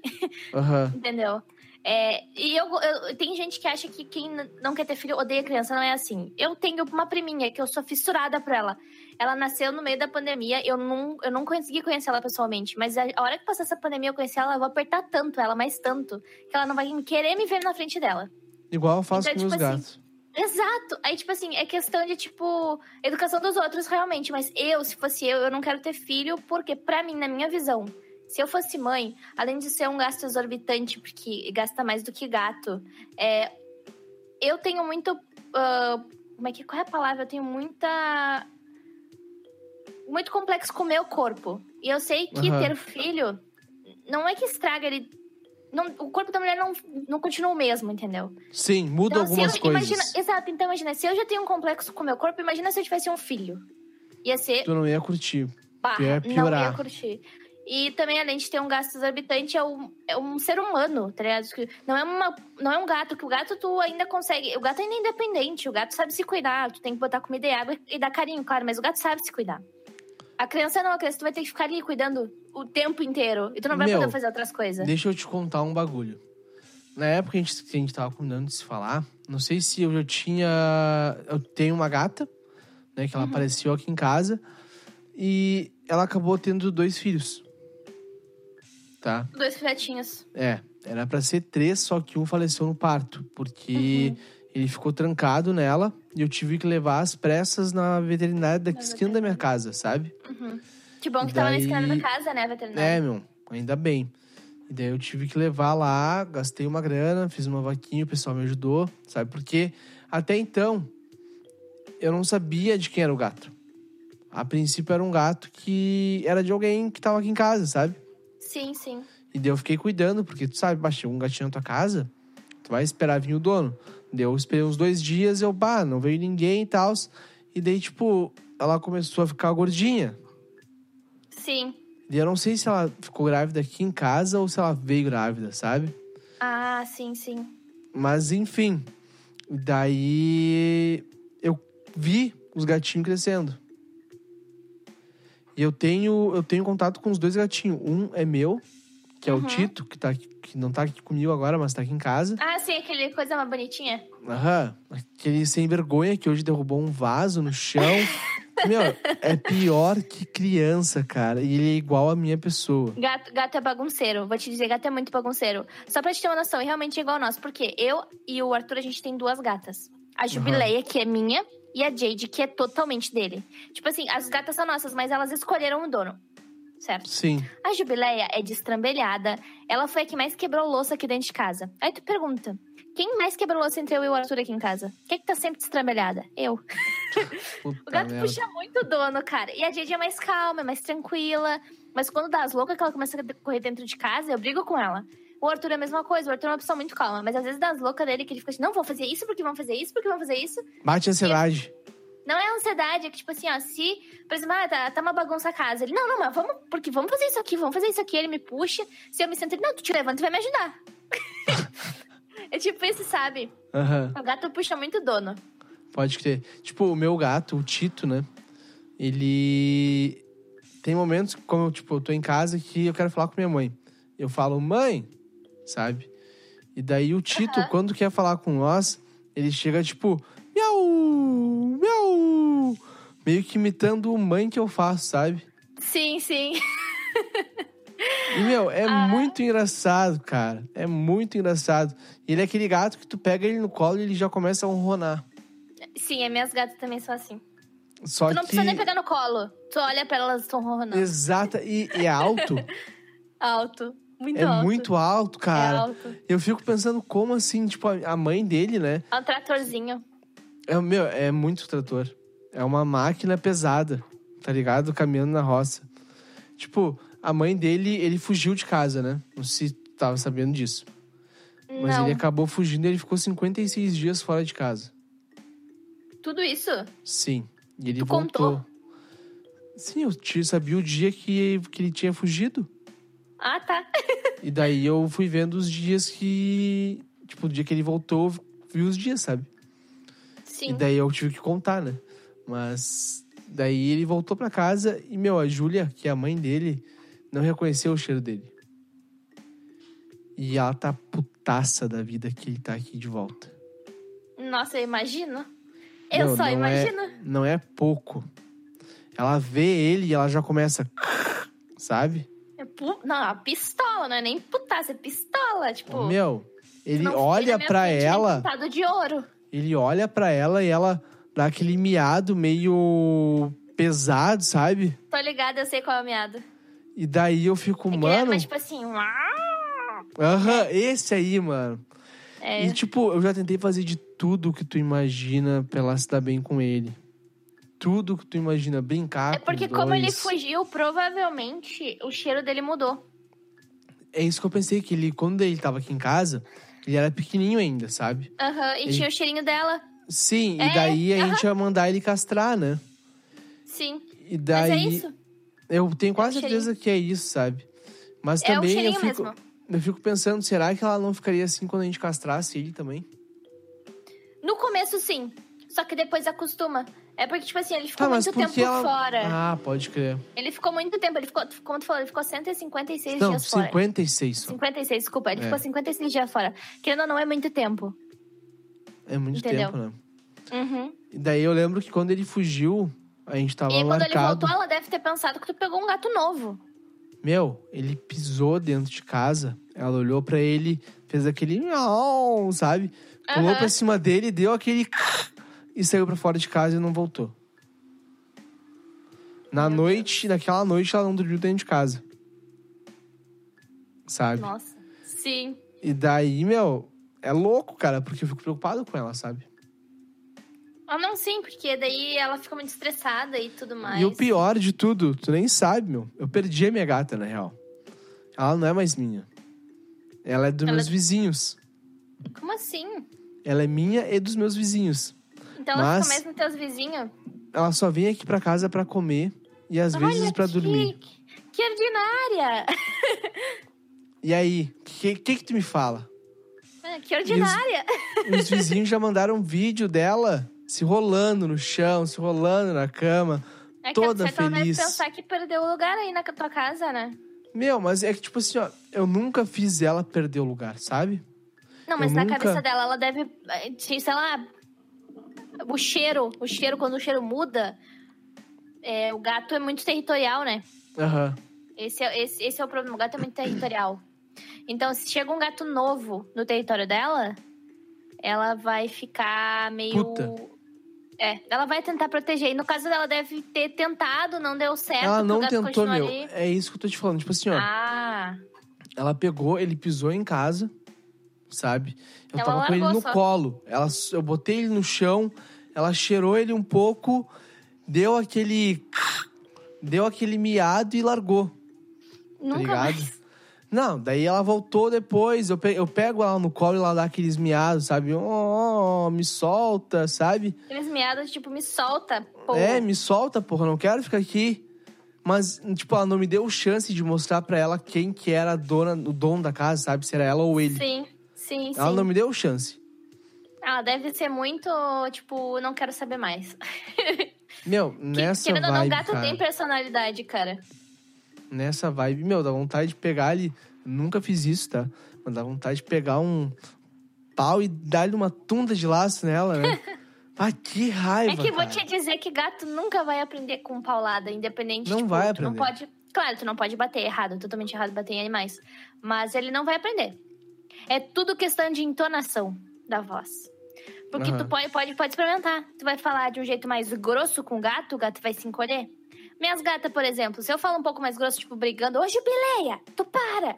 Speaker 2: Aham.
Speaker 3: entendeu? É, e eu, eu- tem gente que acha que quem n- não quer ter filho odeia criança, não é assim. Eu tenho uma priminha que eu sou fissurada por ela. Ela nasceu no meio da pandemia, eu não, eu não consegui conhecer ela pessoalmente, mas a, a hora que passar essa pandemia eu conhecer ela, eu vou apertar tanto ela, mais tanto, que ela não vai querer me ver na frente dela.
Speaker 2: Igual eu faço
Speaker 3: Então,
Speaker 2: com meus
Speaker 3: tipo assim,
Speaker 2: gatos.
Speaker 3: Exato. Aí, tipo assim, é questão de, tipo, educação dos outros, realmente. Mas eu, se fosse eu, eu não quero ter filho, porque, pra mim, na minha visão, se eu fosse mãe, além de ser um gasto exorbitante, porque gasta mais do que gato, é, eu tenho muito. ah, como é que. Qual é a palavra? Eu tenho muita. Muito complexo com o meu corpo. E eu sei que
Speaker 2: Aham.
Speaker 3: ter filho não é que estraga ele. não- o corpo da mulher não, não continua o mesmo, entendeu?
Speaker 2: Sim, muda
Speaker 3: Então, se
Speaker 2: algumas
Speaker 3: eu-
Speaker 2: coisas.
Speaker 3: Imagina, exato, então imagina, se eu já tenho um complexo com o meu corpo, imagina se eu tivesse um filho. Ia ser
Speaker 2: Tu não ia curtir.
Speaker 3: barra,
Speaker 2: ia
Speaker 3: não ia
Speaker 2: piorar.
Speaker 3: curtir. E também, além de ter um gasto exorbitante, é um, é um ser humano, tá ligado? Que Não é, uma, não é um gato, que o gato tu ainda consegue. O gato ainda é independente, o gato sabe se cuidar, tu tem que botar comida e água e dar carinho, claro, mas o gato sabe se cuidar. A criança não, a criança tu vai ter que ficar ali cuidando o tempo inteiro. E tu não vai
Speaker 2: Meu,
Speaker 3: poder fazer outras coisas.
Speaker 2: Deixa eu te contar um bagulho. Na época que a gente, que a gente tava combinando de se falar, não sei se eu já tinha. Eu tenho uma gata, né? Que ela apareceu aqui em casa. E ela acabou tendo dois filhos. Tá?
Speaker 3: Dois filhotinhos.
Speaker 2: É. Era pra ser três, só que um faleceu no parto, porque ele ficou trancado nela e eu tive que levar às pressas na veterinária da
Speaker 3: Na
Speaker 2: esquina da minha casa, sabe?
Speaker 3: Uhum. Que bom que tava na
Speaker 2: Daí-
Speaker 3: esquina da casa, né, veterinário?
Speaker 2: É, meu, ainda bem. E daí eu tive que levar lá, gastei uma grana, fiz uma vaquinha, o pessoal me ajudou, sabe? Porque até então eu não sabia de quem era o gato. A princípio era um gato que era de alguém que tava aqui em casa, sabe?
Speaker 3: Sim, sim.
Speaker 2: E daí eu fiquei cuidando, porque tu sabe, baixei um gatinho na tua casa, tu vai esperar vir o dono. Daí eu esperei uns dois dias, eu, bah, não veio ninguém e tal. E daí, tipo, ela começou a ficar gordinha.
Speaker 3: Sim.
Speaker 2: E eu não sei se ela ficou grávida aqui em casa ou se ela veio grávida, sabe?
Speaker 3: Ah, sim, sim.
Speaker 2: Mas enfim. Daí eu vi os gatinhos crescendo. E eu tenho, eu tenho contato com os dois gatinhos. Um é meu, que é o
Speaker 3: Uhum.
Speaker 2: Tito, que, tá, aqui- que não tá aqui comigo agora, mas tá aqui em casa.
Speaker 3: Ah, sim, aquele coisa mais bonitinha.
Speaker 2: Aham. Aquele sem vergonha que hoje derrubou um vaso no chão. Meu, é pior que criança, cara. E ele é igual a minha pessoa.
Speaker 3: Gato, gato é bagunceiro, vou te dizer, gato é muito bagunceiro. Só pra te ter uma noção, e realmente é igual a nós, porque eu e o Arthur, a gente tem duas gatas. A Jubileia, que é minha, e a Jade, que é totalmente dele. Tipo assim, as gatas são nossas, mas elas escolheram o dono. Certo?
Speaker 2: Sim.
Speaker 3: A Jubileia é destrambelhada, ela foi a que mais quebrou louça aqui dentro de casa. Aí tu pergunta, quem mais quebrou louça entre eu e o Arthur aqui em casa? Quem é que tá sempre destrambelhada? Eu.
Speaker 2: Puta
Speaker 3: O gato
Speaker 2: merda.
Speaker 3: puxa muito o dono, cara. E a Jade é mais calma, é mais tranquila. Mas quando dá as loucas que ela começa a correr dentro de casa, eu brigo com ela. O Arthur é a mesma coisa, o Arthur é uma pessoa muito calma. Mas às vezes dá as loucas dele que ele fica assim, não, vou fazer isso porque vão fazer isso, porque vão fazer isso.
Speaker 2: Bate a ansiedade.
Speaker 3: Não é ansiedade, é que tipo assim, ó, se, por exemplo, ah, tá, tá uma bagunça a casa. Ele, não, não, mas vamos, porque vamos fazer isso aqui, vamos fazer isso aqui. Ele me puxa, se eu me sento, ele, não, tu te levanta e vai me ajudar. é tipo isso, sabe?
Speaker 2: Aham,
Speaker 3: O gato puxa muito o dono.
Speaker 2: pode crer. Tipo, o meu gato, o Tito, né? Ele. Tem momentos, como tipo, eu tô em casa que eu quero falar com minha mãe. Eu falo, mãe, sabe? E daí o Tito,
Speaker 3: Aham.
Speaker 2: quando quer falar com nós, ele chega tipo, miau, miau, meio que imitando o mãe que eu faço, sabe?
Speaker 3: Sim, sim.
Speaker 2: E, meu, é
Speaker 3: Ah.
Speaker 2: muito engraçado, cara. É muito engraçado. Ele é aquele gato que tu pega ele no colo e ele já começa a ronronar.
Speaker 3: Sim, as minhas gatas também são assim.
Speaker 2: Só
Speaker 3: Tu não
Speaker 2: que.
Speaker 3: precisa nem pegar no colo. Tu olha pra elas, estão ronronando.
Speaker 2: Exata, e, e é alto.
Speaker 3: Alto. Muito
Speaker 2: é
Speaker 3: alto.
Speaker 2: muito alto,
Speaker 3: É
Speaker 2: cara.
Speaker 3: alto.
Speaker 2: Eu fico pensando como assim, tipo, a a mãe dele, né?
Speaker 3: É um tratorzinho.
Speaker 2: É, meu, é muito trator. É uma máquina pesada, tá ligado? Caminhando na roça. Tipo, a mãe dele, ele fugiu de casa, né? Não sei se tu tava sabendo disso. Mas
Speaker 3: não.
Speaker 2: ele é acabou fugindo e ele ficou 56 dias fora de casa.
Speaker 3: Tudo isso?
Speaker 2: Sim. E ele
Speaker 3: Tu
Speaker 2: voltou.
Speaker 3: contou?
Speaker 2: Sim, eu te- sabia o dia que, que ele tinha fugido.
Speaker 3: Ah, tá.
Speaker 2: E daí eu fui vendo os dias que. Tipo, o dia que ele voltou, eu vi os dias, sabe? E
Speaker 3: Sim.
Speaker 2: daí eu tive que contar, né? Mas. Daí ele voltou pra casa e, meu, a Júlia, que é a mãe dele, não reconheceu o cheiro dele. E ela tá putaça da vida que ele tá aqui de volta.
Speaker 3: Nossa, eu imagino. Eu
Speaker 2: Não,
Speaker 3: só
Speaker 2: não é-
Speaker 3: imagino.
Speaker 2: Não é pouco. Ela vê ele e ela já começa. Sabe?
Speaker 3: É pu- Não, a pistola, não é nem putaça, é pistola. Tipo,
Speaker 2: Ô, meu, ele
Speaker 3: não fica na
Speaker 2: olha
Speaker 3: minha
Speaker 2: pra
Speaker 3: frente, nem
Speaker 2: ela.
Speaker 3: pintado de ouro.
Speaker 2: Ele olha pra ela e ela dá aquele miado meio pesado, sabe?
Speaker 3: Tô ligada, eu sei qual é o meado.
Speaker 2: E daí eu fico,
Speaker 3: É que ele é
Speaker 2: mano.
Speaker 3: mais tipo assim. "Uau".
Speaker 2: Aham, esse aí, mano.
Speaker 3: É.
Speaker 2: E tipo, eu já tentei fazer de tudo que tu imagina pra ela se dar bem com ele. Tudo que tu imagina, brincar.
Speaker 3: É porque
Speaker 2: com os
Speaker 3: como ele
Speaker 2: dois.
Speaker 3: fugiu, provavelmente o cheiro dele mudou.
Speaker 2: É isso que eu pensei, que ele, quando ele tava aqui em casa, ele era pequenininho ainda, sabe?
Speaker 3: Aham, e
Speaker 2: Ele-
Speaker 3: tinha o cheirinho dela.
Speaker 2: Sim, e
Speaker 3: É,
Speaker 2: daí a
Speaker 3: aham.
Speaker 2: gente ia mandar ele castrar, né?
Speaker 3: Sim.
Speaker 2: E daí.
Speaker 3: Mas é isso?
Speaker 2: Eu tenho quase
Speaker 3: É o
Speaker 2: certeza que é isso, sabe? Mas
Speaker 3: É o
Speaker 2: também eu
Speaker 3: cheirinho
Speaker 2: fico.
Speaker 3: mesmo.
Speaker 2: Eu fico pensando, será que ela não ficaria assim quando a gente castrasse ele também?
Speaker 3: No começo, sim. Só que depois acostuma. É porque, tipo assim, ele ficou
Speaker 2: Tá, mas
Speaker 3: muito
Speaker 2: por
Speaker 3: tempo
Speaker 2: que ela-
Speaker 3: fora.
Speaker 2: Ah, pode crer.
Speaker 3: Ele ficou muito tempo, ele ficou, como tu falou, ele ficou 156
Speaker 2: Não,
Speaker 3: dias fora.
Speaker 2: 56 só.
Speaker 3: 56, desculpa, ele
Speaker 2: É.
Speaker 3: ficou 56 dias fora. Querendo ou não, é muito tempo.
Speaker 2: É muito
Speaker 3: Entendeu?
Speaker 2: tempo, né?
Speaker 3: Uhum.
Speaker 2: E daí eu lembro que quando ele fugiu, a gente tava
Speaker 3: E aí, quando ele
Speaker 2: marcado.
Speaker 3: voltou, ela deve ter pensado que tu pegou um gato novo.
Speaker 2: Meu, ele pisou dentro de casa, ela olhou pra ele, fez aquele não, sabe? Pulou
Speaker 3: Aham.
Speaker 2: pra cima dele, deu aquele e saiu pra fora de casa e não voltou. Na noite, naquela noite ela não dormiu dentro de casa. Sabe?
Speaker 3: Nossa. Sim.
Speaker 2: E daí, meu, é louco, cara, porque eu fico preocupado com ela, sabe?
Speaker 3: Ah, não, sim, porque daí ela fica muito estressada e tudo mais.
Speaker 2: E o pior de tudo, tu nem sabe, meu. Eu perdi a minha gata, na real. Ela não é mais minha. Ela é dos
Speaker 3: Ela-
Speaker 2: meus vizinhos.
Speaker 3: Como assim?
Speaker 2: Ela é minha e dos meus vizinhos.
Speaker 3: Então ela
Speaker 2: Mas-
Speaker 3: fica mais nos teus vizinhos?
Speaker 2: Ela só vem aqui pra casa pra comer e às vezes pra
Speaker 3: que-
Speaker 2: dormir.
Speaker 3: Que ordinária!
Speaker 2: E aí, o que, que que tu me fala?
Speaker 3: É, Que ordinária!
Speaker 2: Os vizinhos já mandaram um vídeo dela se rolando no chão, se rolando na cama.
Speaker 3: É que
Speaker 2: toda
Speaker 3: certo, ela deve
Speaker 2: feliz.
Speaker 3: pensar que perdeu o lugar aí na tua casa, né?
Speaker 2: Meu, mas é que tipo assim, ó, eu nunca fiz ela perder o lugar, sabe?
Speaker 3: Não, mas
Speaker 2: Eu
Speaker 3: na
Speaker 2: nunca-
Speaker 3: cabeça dela, ela deve. eh, te- Sei lá. O cheiro, o cheiro, quando o cheiro muda, é, o gato é muito territorial, né?
Speaker 2: Aham.
Speaker 3: Esse é, esse, esse é o problema. O gato é muito territorial. Então, se chega um gato novo no território dela, ela vai ficar meio.
Speaker 2: Puta.
Speaker 3: É, ela vai tentar proteger. E no caso dela, deve ter tentado, não deu certo.
Speaker 2: Ela
Speaker 3: porque
Speaker 2: não
Speaker 3: o gato
Speaker 2: tentou,
Speaker 3: continua
Speaker 2: meu.
Speaker 3: ali.
Speaker 2: É isso que eu tô te falando. Tipo assim, ó. Tá
Speaker 3: Ah,
Speaker 2: Ela pegou, ele pisou em casa, sabe? Eu
Speaker 3: Ela
Speaker 2: tava com ele no
Speaker 3: largou só.
Speaker 2: colo. Ela, eu botei ele no chão, ela cheirou ele um pouco, deu aquele. Deu aquele miado e largou, tá
Speaker 3: nunca
Speaker 2: ligado?
Speaker 3: mais.
Speaker 2: Não, daí ela voltou depois. Eu pe- eu pego ela no colo e ela dá aqueles miados, sabe? Oh, me solta, sabe?
Speaker 3: Aqueles miados, tipo, me solta. Pô.
Speaker 2: É, me solta, porra, não quero ficar aqui. Mas, tipo, ela não me deu chance de mostrar pra ela quem que era a dona, o dono da casa, sabe? Se era ela ou ele.
Speaker 3: Sim, sim, sim.
Speaker 2: ela não me deu chance.
Speaker 3: Ela deve ser muito, tipo, não quero saber mais.
Speaker 2: Meu,
Speaker 3: Que-
Speaker 2: nessa
Speaker 3: Querendo ou
Speaker 2: vibe,
Speaker 3: não, gato
Speaker 2: cara,
Speaker 3: tem personalidade, cara.
Speaker 2: nessa vibe, meu, dá vontade de pegar ali. Nunca fiz isso, tá? Mas dá vontade de pegar um pau e dar-lhe uma tunda de laço nela, né? ah, que raiva,
Speaker 3: É que vou
Speaker 2: cara.
Speaker 3: te dizer que gato nunca vai aprender com paulada, independente.
Speaker 2: Não
Speaker 3: tipo,
Speaker 2: vai
Speaker 3: tu não
Speaker 2: aprender.
Speaker 3: pode, claro, tu não pode bater errado, é totalmente errado bater em animais. Mas ele não vai aprender. É tudo questão de entonação da voz. Porque tu
Speaker 2: Aham.
Speaker 3: pode, pode, pode experimentar. Tu vai falar de um jeito mais grosso com o gato, o gato vai se encolher. Minhas gatas, por exemplo, se eu falo um pouco mais grosso, tipo, brigando, hoje Bileia, tu para!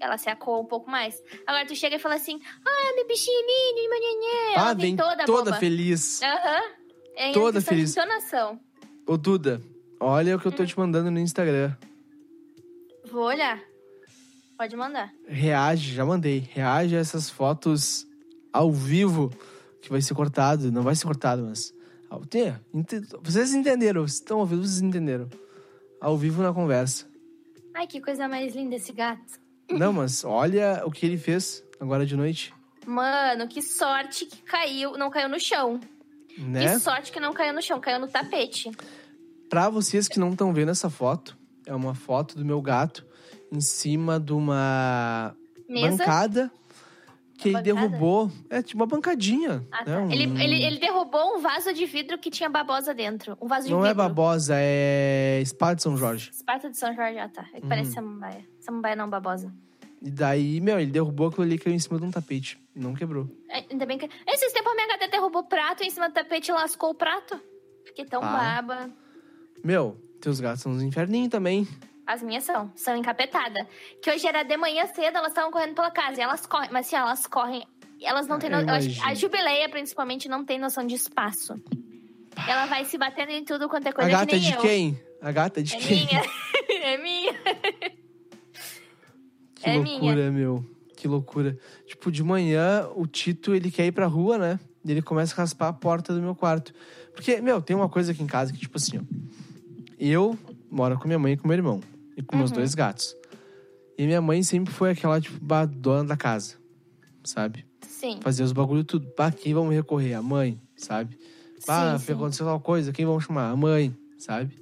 Speaker 3: Ela se acoa um pouco mais. Agora tu chega e fala assim, ah, meu bichinho lindo, manhã.
Speaker 2: Ah,
Speaker 3: Ela vem toda, boba.
Speaker 2: feliz.
Speaker 3: Aham. É
Speaker 2: Toda
Speaker 3: questão de
Speaker 2: feliz.
Speaker 3: entonação.
Speaker 2: Ô, Duda, olha o que eu
Speaker 3: Hum.
Speaker 2: tô te mandando no Instagram.
Speaker 3: Vou olhar. Pode mandar.
Speaker 2: Reage, já mandei. Reage a essas fotos ao vivo, que vai ser cortado. Não vai ser cortado, mas. ao- Tem, ente- Vocês entenderam, vocês estão ouvindo, vocês entenderam. Ao vivo na conversa.
Speaker 3: Ai, que coisa mais linda esse gato.
Speaker 2: Não, mas olha o que ele fez agora de noite,
Speaker 3: Mano, que sorte que caiu. Não caiu no chão.
Speaker 2: né?
Speaker 3: Que sorte que não caiu no chão, caiu no tapete.
Speaker 2: Pra vocês que não estão vendo essa foto, é uma foto do meu gato em cima de uma
Speaker 3: Mesa.
Speaker 2: bancada que
Speaker 3: Uma
Speaker 2: ele
Speaker 3: bancada?
Speaker 2: derrubou. É, tipo uma bancadinha.
Speaker 3: Ah, tá.
Speaker 2: né? Um-
Speaker 3: ele, ele, ele derrubou um vaso de vidro que tinha babosa dentro. Um vaso de
Speaker 2: Não
Speaker 3: vidro.
Speaker 2: é babosa, é espada de São Jorge.
Speaker 3: Esparta de São Jorge, ah tá. É que
Speaker 2: Uhum.
Speaker 3: parece samambaia. Samambaia não, babosa.
Speaker 2: E daí, meu, ele derrubou aquilo ali e caiu em cima de um tapete. Não quebrou.
Speaker 3: É, Ainda bem que... Esses tempos a minha gata derrubou o prato em cima do tapete e lascou o prato. Fiquei tão
Speaker 2: Ah.
Speaker 3: baba.
Speaker 2: Meu, teus gatos são uns inferninhos também.
Speaker 3: As minhas são, são encapetadas. Que hoje era de manhã cedo, elas estavam correndo pela casa. E elas correm, mas assim, elas correm. Elas não têm
Speaker 2: Eu
Speaker 3: noção.
Speaker 2: imagino.
Speaker 3: A jubileia, principalmente, não tem noção de espaço. Ela vai se batendo em tudo quanto é
Speaker 2: A
Speaker 3: coisa
Speaker 2: gata
Speaker 3: que
Speaker 2: é
Speaker 3: nem
Speaker 2: de
Speaker 3: eu.
Speaker 2: quem? A gata é de
Speaker 3: É
Speaker 2: quem?
Speaker 3: minha. é minha.
Speaker 2: Que
Speaker 3: É
Speaker 2: loucura, meu. Que loucura. Tipo, de manhã, o Tito, ele quer ir pra rua, né? E ele começa a raspar a porta do meu quarto. Porque, meu, tem uma coisa aqui em casa que, tipo assim, ó. Eu mora com minha mãe e com meu irmão. E com
Speaker 3: Uhum.
Speaker 2: meus dois gatos. E minha mãe sempre foi aquela, tipo, bah, dona da casa. Sabe?
Speaker 3: Sim.
Speaker 2: Fazia os bagulho tudo. Bah, quem vamos recorrer? A mãe, sabe? Bah,
Speaker 3: sim, sim.
Speaker 2: aconteceu tal coisa, quem vamos chamar? A mãe, sabe?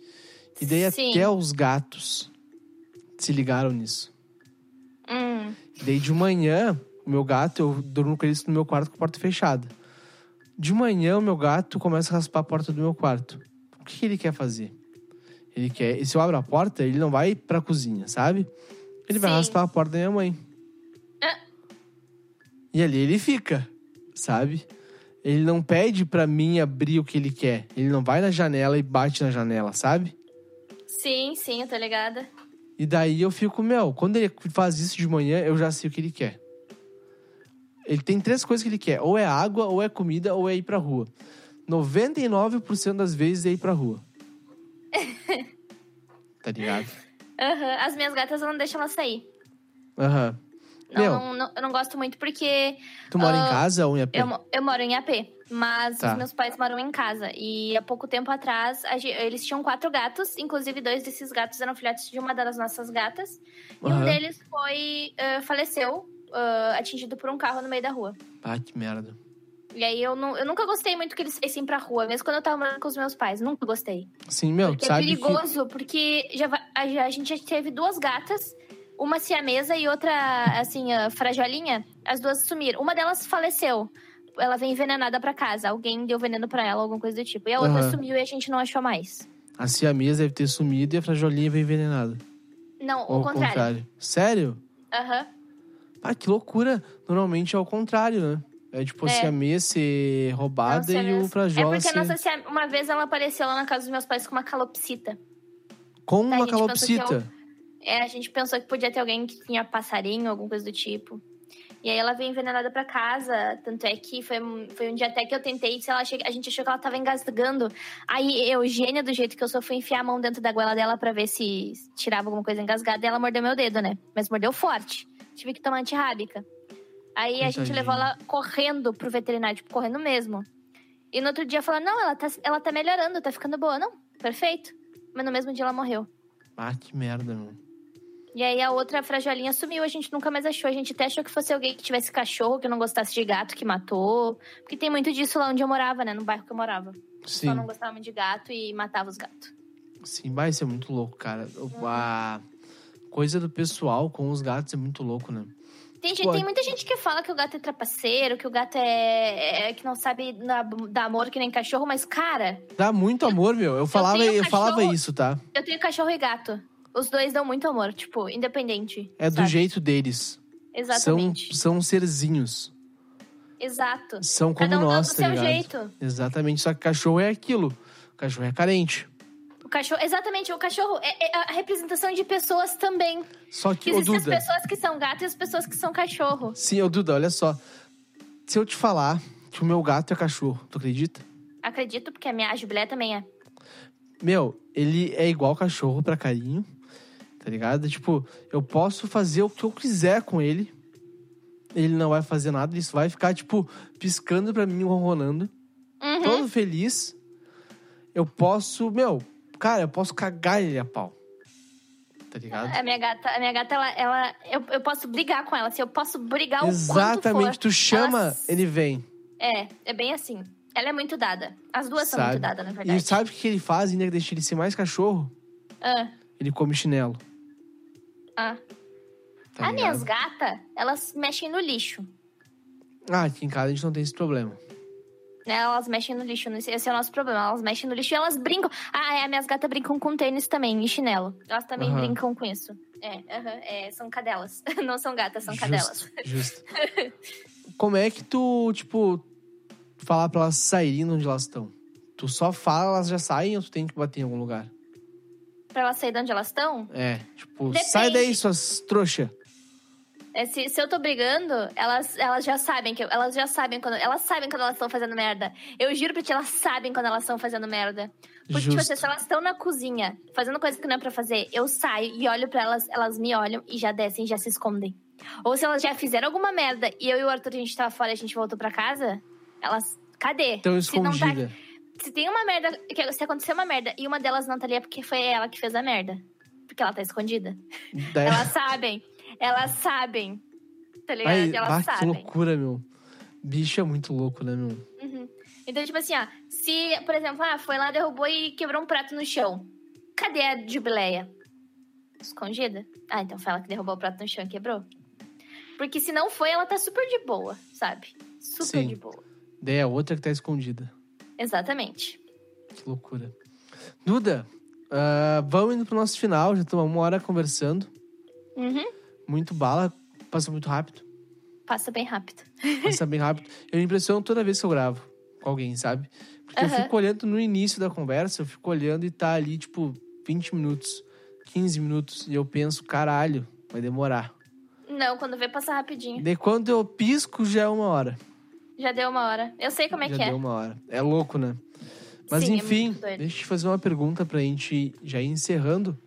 Speaker 2: E daí
Speaker 3: Sim.
Speaker 2: até os gatos se ligaram nisso.
Speaker 3: Hum,
Speaker 2: Daí de manhã, o meu gato, eu durmo com eles no meu quarto com a porta fechada. De manhã, o meu gato começa a raspar a porta do meu quarto. O que, que ele quer fazer? Ele quer. E se eu abro a porta, ele não vai pra cozinha, sabe? Ele vai
Speaker 3: Sim.
Speaker 2: raspar a porta da minha mãe.
Speaker 3: Ah.
Speaker 2: E ali ele fica, sabe? Ele não pede pra mim abrir o que ele quer. Ele não vai na janela e bate na janela, sabe?
Speaker 3: sim, sim, eu tô ligada.
Speaker 2: E daí eu fico, meu, quando ele faz isso de manhã, eu já sei o que ele quer. Ele tem três coisas que ele quer: ou é água, ou é comida, ou é ir pra rua. 99% das vezes é ir pra rua. tá ligado?
Speaker 3: Aham, As minhas gatas eu não deixo elas sair.
Speaker 2: Aham.
Speaker 3: Não,
Speaker 2: Meu.
Speaker 3: não- não- eu não gosto muito porque
Speaker 2: Tu mora
Speaker 3: Ah,
Speaker 2: em casa ou em
Speaker 3: eu,
Speaker 2: AP?
Speaker 3: mo- eu moro em AP, mas
Speaker 2: Tá.
Speaker 3: os meus pais moram em casa. E há pouco tempo atrás, a ge- eles tinham quatro gatos, inclusive dois desses gatos eram filhotes de uma das nossas gatas. E um
Speaker 2: Aham.
Speaker 3: deles foi. eh, faleceu, ah, atingido por um carro no meio da rua.
Speaker 2: Ah, que merda.
Speaker 3: E aí eu, nu- eu nunca gostei muito que eles saíssem pra rua, mesmo quando eu tava morando com os meus pais. Nunca gostei.
Speaker 2: Sim, meu, tu
Speaker 3: É
Speaker 2: sabe que.
Speaker 3: perigoso, porque já, va- a, a gente já teve duas gatas, uma siamesa e outra, assim, a frajolinha. As duas sumiram. Uma delas faleceu. Ela veio envenenada pra casa. Alguém deu veneno pra ela, alguma coisa do tipo. E a outra
Speaker 2: Aham.
Speaker 3: sumiu e a gente não achou mais.
Speaker 2: A siamesa deve ter sumido e a frajolinha veio envenenada.
Speaker 3: Não,
Speaker 2: Ou
Speaker 3: o contrário.
Speaker 2: Sério?
Speaker 3: Aham.
Speaker 2: Ah, que loucura. Normalmente é o contrário, né? É tipo a
Speaker 3: É.
Speaker 2: siamesa ser
Speaker 3: Não,
Speaker 2: roubada e
Speaker 3: siamesa.
Speaker 2: o pra
Speaker 3: É
Speaker 2: Jola
Speaker 3: porque a
Speaker 2: ser...
Speaker 3: nossa siam- uma vez ela apareceu lá na casa dos meus pais com uma calopsita.
Speaker 2: Com
Speaker 3: Tá,
Speaker 2: uma
Speaker 3: gente, pensa que é o-
Speaker 2: calopsita.
Speaker 3: É, a gente pensou que podia ter alguém que tinha passarinho, alguma coisa do tipo. E aí ela veio envenenada pra casa, tanto é que foi, um- foi um dia até que eu tentei, sei lá, achei- a gente achou que ela tava engasgando. Aí eu, gênia do jeito que eu sou, fui enfiar a mão dentro da goela dela pra ver se tirava alguma coisa engasgada. E ela mordeu meu dedo, né? Mas mordeu forte. Tive que tomar antirrábica. Aí a gente
Speaker 2: Coitadinha.
Speaker 3: levou ela correndo pro veterinário, tipo, correndo mesmo. E no outro dia falou, não, ela tá, ela tá melhorando, tá ficando boa. Não, perfeito. Mas no mesmo dia ela morreu.
Speaker 2: Ah, que merda, meu.
Speaker 3: E aí a outra frajolinha sumiu, a gente nunca mais achou. A gente até achou que fosse alguém que tivesse cachorro, que não gostasse de gato, que matou. Porque tem muito disso lá onde eu morava, né? No bairro que eu morava.
Speaker 2: Sim,
Speaker 3: Só não gostava muito de gato e matava os gatos.
Speaker 2: sim, mas isso é muito louco, cara. O- A coisa do pessoal com os gatos é muito louco, né?
Speaker 3: Tem, gente,
Speaker 2: Pô.
Speaker 3: tem muita gente que fala que o gato é trapaceiro, que o gato é, é- que não sabe na- dar amor que nem cachorro, mas, cara,
Speaker 2: Dá muito amor, meu. Eu falava,
Speaker 3: tenho um
Speaker 2: eu falava
Speaker 3: cachorro-
Speaker 2: isso, tá?
Speaker 3: eu tenho cachorro e gato. Os dois dão muito amor, tipo, independente.
Speaker 2: É do
Speaker 3: sabe?
Speaker 2: jeito deles. São,
Speaker 3: Exatamente.
Speaker 2: são serzinhos.
Speaker 3: Exato.
Speaker 2: São como
Speaker 3: Cada um dá do
Speaker 2: nós, tá
Speaker 3: seu
Speaker 2: ligado?
Speaker 3: jeito.
Speaker 2: Exatamente. Só que cachorro é aquilo. Cachorro é carente.
Speaker 3: O cachorro, exatamente, o cachorro é- é a representação de pessoas também.
Speaker 2: Só que, ô
Speaker 3: Existem as
Speaker 2: Duda.
Speaker 3: pessoas que são gato e as pessoas que são cachorro.
Speaker 2: Sim, ô Duda, olha só. Se eu te falar que o meu gato é cachorro, tu acredita?
Speaker 3: Acredito, porque a minha a Jubilé também é.
Speaker 2: Meu, ele é igual cachorro pra carinho, tá ligado? Tipo, eu posso fazer o que eu quiser com ele. Ele não vai fazer nada, ele só vai ficar, tipo, piscando pra mim, ronronando.
Speaker 3: Uhum.
Speaker 2: Todo feliz. Eu posso, meu, cara, eu posso cagar ele a pau. Tá ligado?
Speaker 3: A minha gata, a minha gata ela, ela eu, eu posso brigar com ela, se eu posso brigar o
Speaker 2: Exatamente,
Speaker 3: quanto
Speaker 2: tu chama,
Speaker 3: Ela-
Speaker 2: ele vem.
Speaker 3: for. É, é bem assim. Ela é muito dada. As duas são
Speaker 2: Sabe.
Speaker 3: muito dadas, na verdade.
Speaker 2: E sabe o que ele faz, ainda que deixa ele ser mais cachorro?
Speaker 3: Ah,
Speaker 2: Ele come chinelo.
Speaker 3: ah.
Speaker 2: Tá
Speaker 3: As minhas
Speaker 2: ligado?
Speaker 3: gatas, elas mexem no lixo.
Speaker 2: Ah, aqui em casa a gente não tem esse problema.
Speaker 3: né? Elas mexem no lixo, esse esse é o nosso problema. Elas mexem no lixo e elas brincam. Ah, é, as minhas gatas brincam com tênis também, e chinelo. Elas também
Speaker 2: Aham.
Speaker 3: brincam com isso. É, aham, é, são cadelas. Não são gatas, são cadelas.
Speaker 2: Justo, justo. Como é que tu, tipo, falar pra elas saírem de onde elas estão? Tu só fala, elas já saem ou tu tem que bater em algum lugar?
Speaker 3: Pra elas sair de onde elas estão,
Speaker 2: É, tipo,
Speaker 3: Depende.
Speaker 2: sai daí, suas trouxa.
Speaker 3: é, se, se eu tô brigando, elas, elas já sabem que eu- elas já sabem quando elas sabem quando elas estão fazendo merda. Eu juro pra ti, elas sabem quando elas estão fazendo merda. Porque tipo
Speaker 2: Justo.
Speaker 3: assim, se elas estão na cozinha fazendo coisa que não é pra fazer, eu saio e olho pra elas, elas me olham e já descem, já se escondem. Ou se elas já fizeram alguma merda e eu e o Arthur a gente tava fora, a gente voltou pra casa, elas cadê?
Speaker 2: Tão
Speaker 3: Se não tá-
Speaker 2: escondida.
Speaker 3: Se tem uma merda. que- Se aconteceu uma merda e uma delas não tá ali, é porque foi ela que fez a merda. Porque ela tá escondida.
Speaker 2: Daí-
Speaker 3: Elas sabem. Elas sabem. Tá ligado?
Speaker 2: Ai,
Speaker 3: elas
Speaker 2: bah, que
Speaker 3: sabem.
Speaker 2: loucura, meu. Bicho é muito louco, né, meu?
Speaker 3: Uhum. Então, tipo assim, ó, se, por exemplo, ah, foi lá, derrubou e quebrou um prato no chão. Cadê a jubileia? Escondida? Ah, então foi ela que derrubou o prato no chão e quebrou. Porque se não foi, ela tá super de boa, sabe? Super
Speaker 2: Sim.
Speaker 3: de boa.
Speaker 2: Daí é outra que tá escondida.
Speaker 3: Exatamente.
Speaker 2: Que loucura. Duda, ah, vamos indo pro nosso final. Já estamos uma hora conversando.
Speaker 3: Uhum.
Speaker 2: Muito bala. Passa muito rápido.
Speaker 3: Passa bem rápido.
Speaker 2: Passa tá bem rápido. Eu me impressiono toda vez que eu gravo com alguém, sabe? Porque eu
Speaker 3: Aham.
Speaker 2: fico olhando no início da conversa, eu fico olhando e tá ali, tipo, 20 minutos, 15 minutos. E eu penso, caralho, vai demorar.
Speaker 3: Não, quando vê, passa rapidinho.
Speaker 2: Daí quando eu pisco, já é uma hora.
Speaker 3: Já deu uma hora. Eu sei como é
Speaker 2: já
Speaker 3: que é.
Speaker 2: deu uma hora. É louco, né? Mas
Speaker 3: Sim, é
Speaker 2: enfim,
Speaker 3: muito doido.
Speaker 2: deixa eu te fazer uma pergunta pra gente já ir encerrando.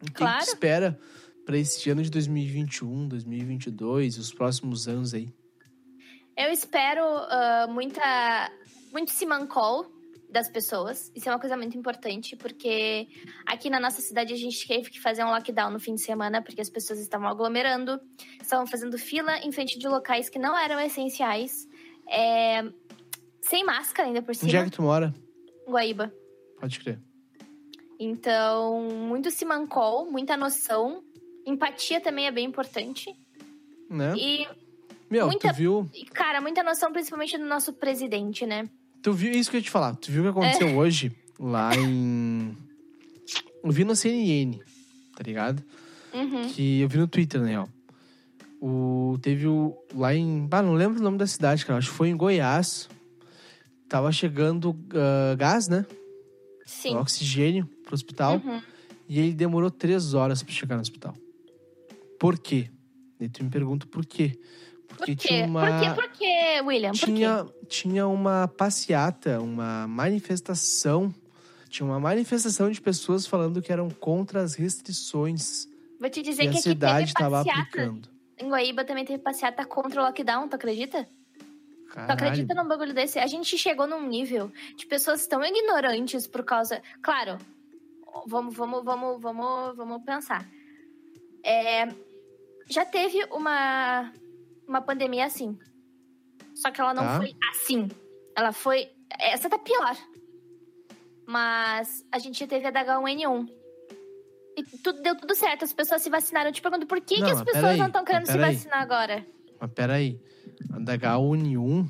Speaker 2: O que
Speaker 3: Claro.
Speaker 2: que tu espera pra este ano de 2021, 2022 um, e os próximos anos aí?
Speaker 3: Eu espero ah, muita, muito simancol das pessoas. Isso é uma coisa muito importante, porque aqui na nossa cidade a gente teve que fazer um lockdown no fim de semana, porque as pessoas estavam aglomerando, estavam fazendo fila em frente de locais que não eram essenciais, é, sem máscara ainda por cima,
Speaker 2: Onde é que tu mora?
Speaker 3: Guaíba.
Speaker 2: Pode crer.
Speaker 3: Então, muito simancol, muita noção. Empatia também é bem importante.
Speaker 2: Né?
Speaker 3: E,
Speaker 2: Meu,
Speaker 3: muita-
Speaker 2: tu viu?
Speaker 3: e, cara, muita noção principalmente do nosso presidente, né?
Speaker 2: Tu viu é isso que eu ia te falar? Tu viu o que
Speaker 3: É.
Speaker 2: aconteceu hoje lá em Eu vi na CNN, tá ligado?
Speaker 3: Uhum.
Speaker 2: Que eu vi no Twitter, na real. O, teve o. Lá em. Ah, não lembro o nome da cidade, cara. Acho que foi em Goiás. Tava chegando ah, gás, né?
Speaker 3: Sim.
Speaker 2: Oxigênio pro hospital.
Speaker 3: Uhum.
Speaker 2: E ele demorou três horas pra chegar no hospital. Por quê? E tu me pergunta por quê.
Speaker 3: Por
Speaker 2: Porque
Speaker 3: quê?
Speaker 2: tinha uma.
Speaker 3: Por quê? Por quê, William? Por quê?
Speaker 2: tinha, tinha uma passeata, uma manifestação. Tinha uma manifestação de pessoas falando que eram contra as restrições
Speaker 3: Vou te dizer
Speaker 2: que a
Speaker 3: que aqui
Speaker 2: cidade
Speaker 3: teve
Speaker 2: estava
Speaker 3: passeata.
Speaker 2: aplicando.
Speaker 3: Em Guaíba também teve passeata contra o lockdown, tu acredita? Tu
Speaker 2: Caralho,
Speaker 3: acredita num bagulho desse? A gente chegou num nível de pessoas tão ignorantes por causa. Claro, vamos, vamos, vamos, vamos, vamos pensar. É, já teve uma, uma pandemia assim. Só que ela não
Speaker 2: Tá.
Speaker 3: foi assim. Ela foi. Essa tá pior. Mas a gente já teve a da H1N1. E tudo, deu tudo certo, as pessoas se vacinaram. Eu te pergunto por que,
Speaker 2: Não,
Speaker 3: que as
Speaker 2: mas
Speaker 3: pessoas
Speaker 2: peraí,
Speaker 3: não estão
Speaker 2: mas
Speaker 3: querendo se
Speaker 2: peraí.
Speaker 3: vacinar agora?
Speaker 2: Mas peraí, a da H1N1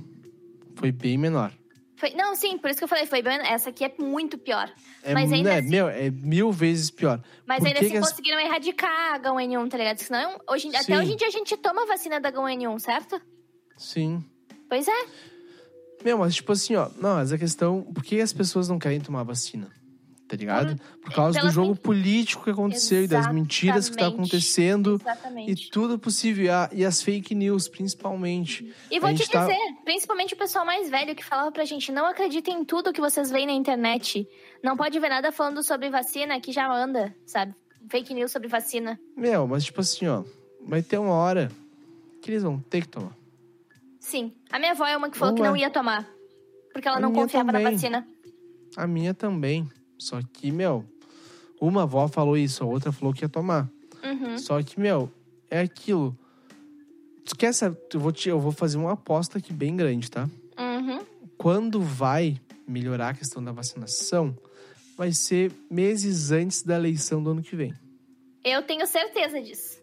Speaker 2: foi bem menor.
Speaker 3: Foi- não, sim, por isso que eu falei, foi bem, essa aqui é muito pior.
Speaker 2: É,
Speaker 3: Mas ainda
Speaker 2: né,
Speaker 3: assim-
Speaker 2: Meu, é mil vezes pior.
Speaker 3: Mas
Speaker 2: Por
Speaker 3: ainda
Speaker 2: que
Speaker 3: assim
Speaker 2: que as-
Speaker 3: conseguiram erradicar a H1N1, tá ligado? Senão, hoje, em-
Speaker 2: Sim.
Speaker 3: até hoje em dia a gente toma a vacina da H1N1, certo?
Speaker 2: Sim.
Speaker 3: Pois é.
Speaker 2: Meu, mas tipo assim, ó. Não, mas a questão... Por que as pessoas não querem tomar vacina? Tá ligado? Por causa do
Speaker 3: Pelas
Speaker 2: jogo
Speaker 3: men-
Speaker 2: político que aconteceu e das mentiras que tá
Speaker 3: é Exatamente.
Speaker 2: acontecendo. E
Speaker 3: Exatamente.
Speaker 2: tudo possível. E, a- e as fake news, principalmente.
Speaker 3: E vou
Speaker 2: a
Speaker 3: te
Speaker 2: gente
Speaker 3: dizer,
Speaker 2: tá-
Speaker 3: principalmente o pessoal mais velho que falava pra gente, não acredita em tudo que vocês veem na internet. Não pode ver nada falando sobre vacina que já anda, sabe? Fake news sobre vacina.
Speaker 2: Meu, mas tipo assim, ó. Vai ter uma hora que eles vão ter que tomar.
Speaker 3: Sim. A minha avó é uma que falou
Speaker 2: Não
Speaker 3: que
Speaker 2: é.
Speaker 3: não ia tomar. Porque ela
Speaker 2: A
Speaker 3: não
Speaker 2: minha
Speaker 3: confiava na
Speaker 2: também.
Speaker 3: vacina.
Speaker 2: A minha também. Só que, meu... Uma avó falou isso, a outra falou que ia tomar.
Speaker 3: Uhum.
Speaker 2: Só que, meu, é aquilo. Tu quer saber? Eu vou, te, eu vou fazer uma aposta aqui bem grande, tá?
Speaker 3: Uhum.
Speaker 2: Quando vai melhorar a questão da vacinação, vai ser meses antes da eleição do ano que vem,
Speaker 3: Eu tenho certeza disso.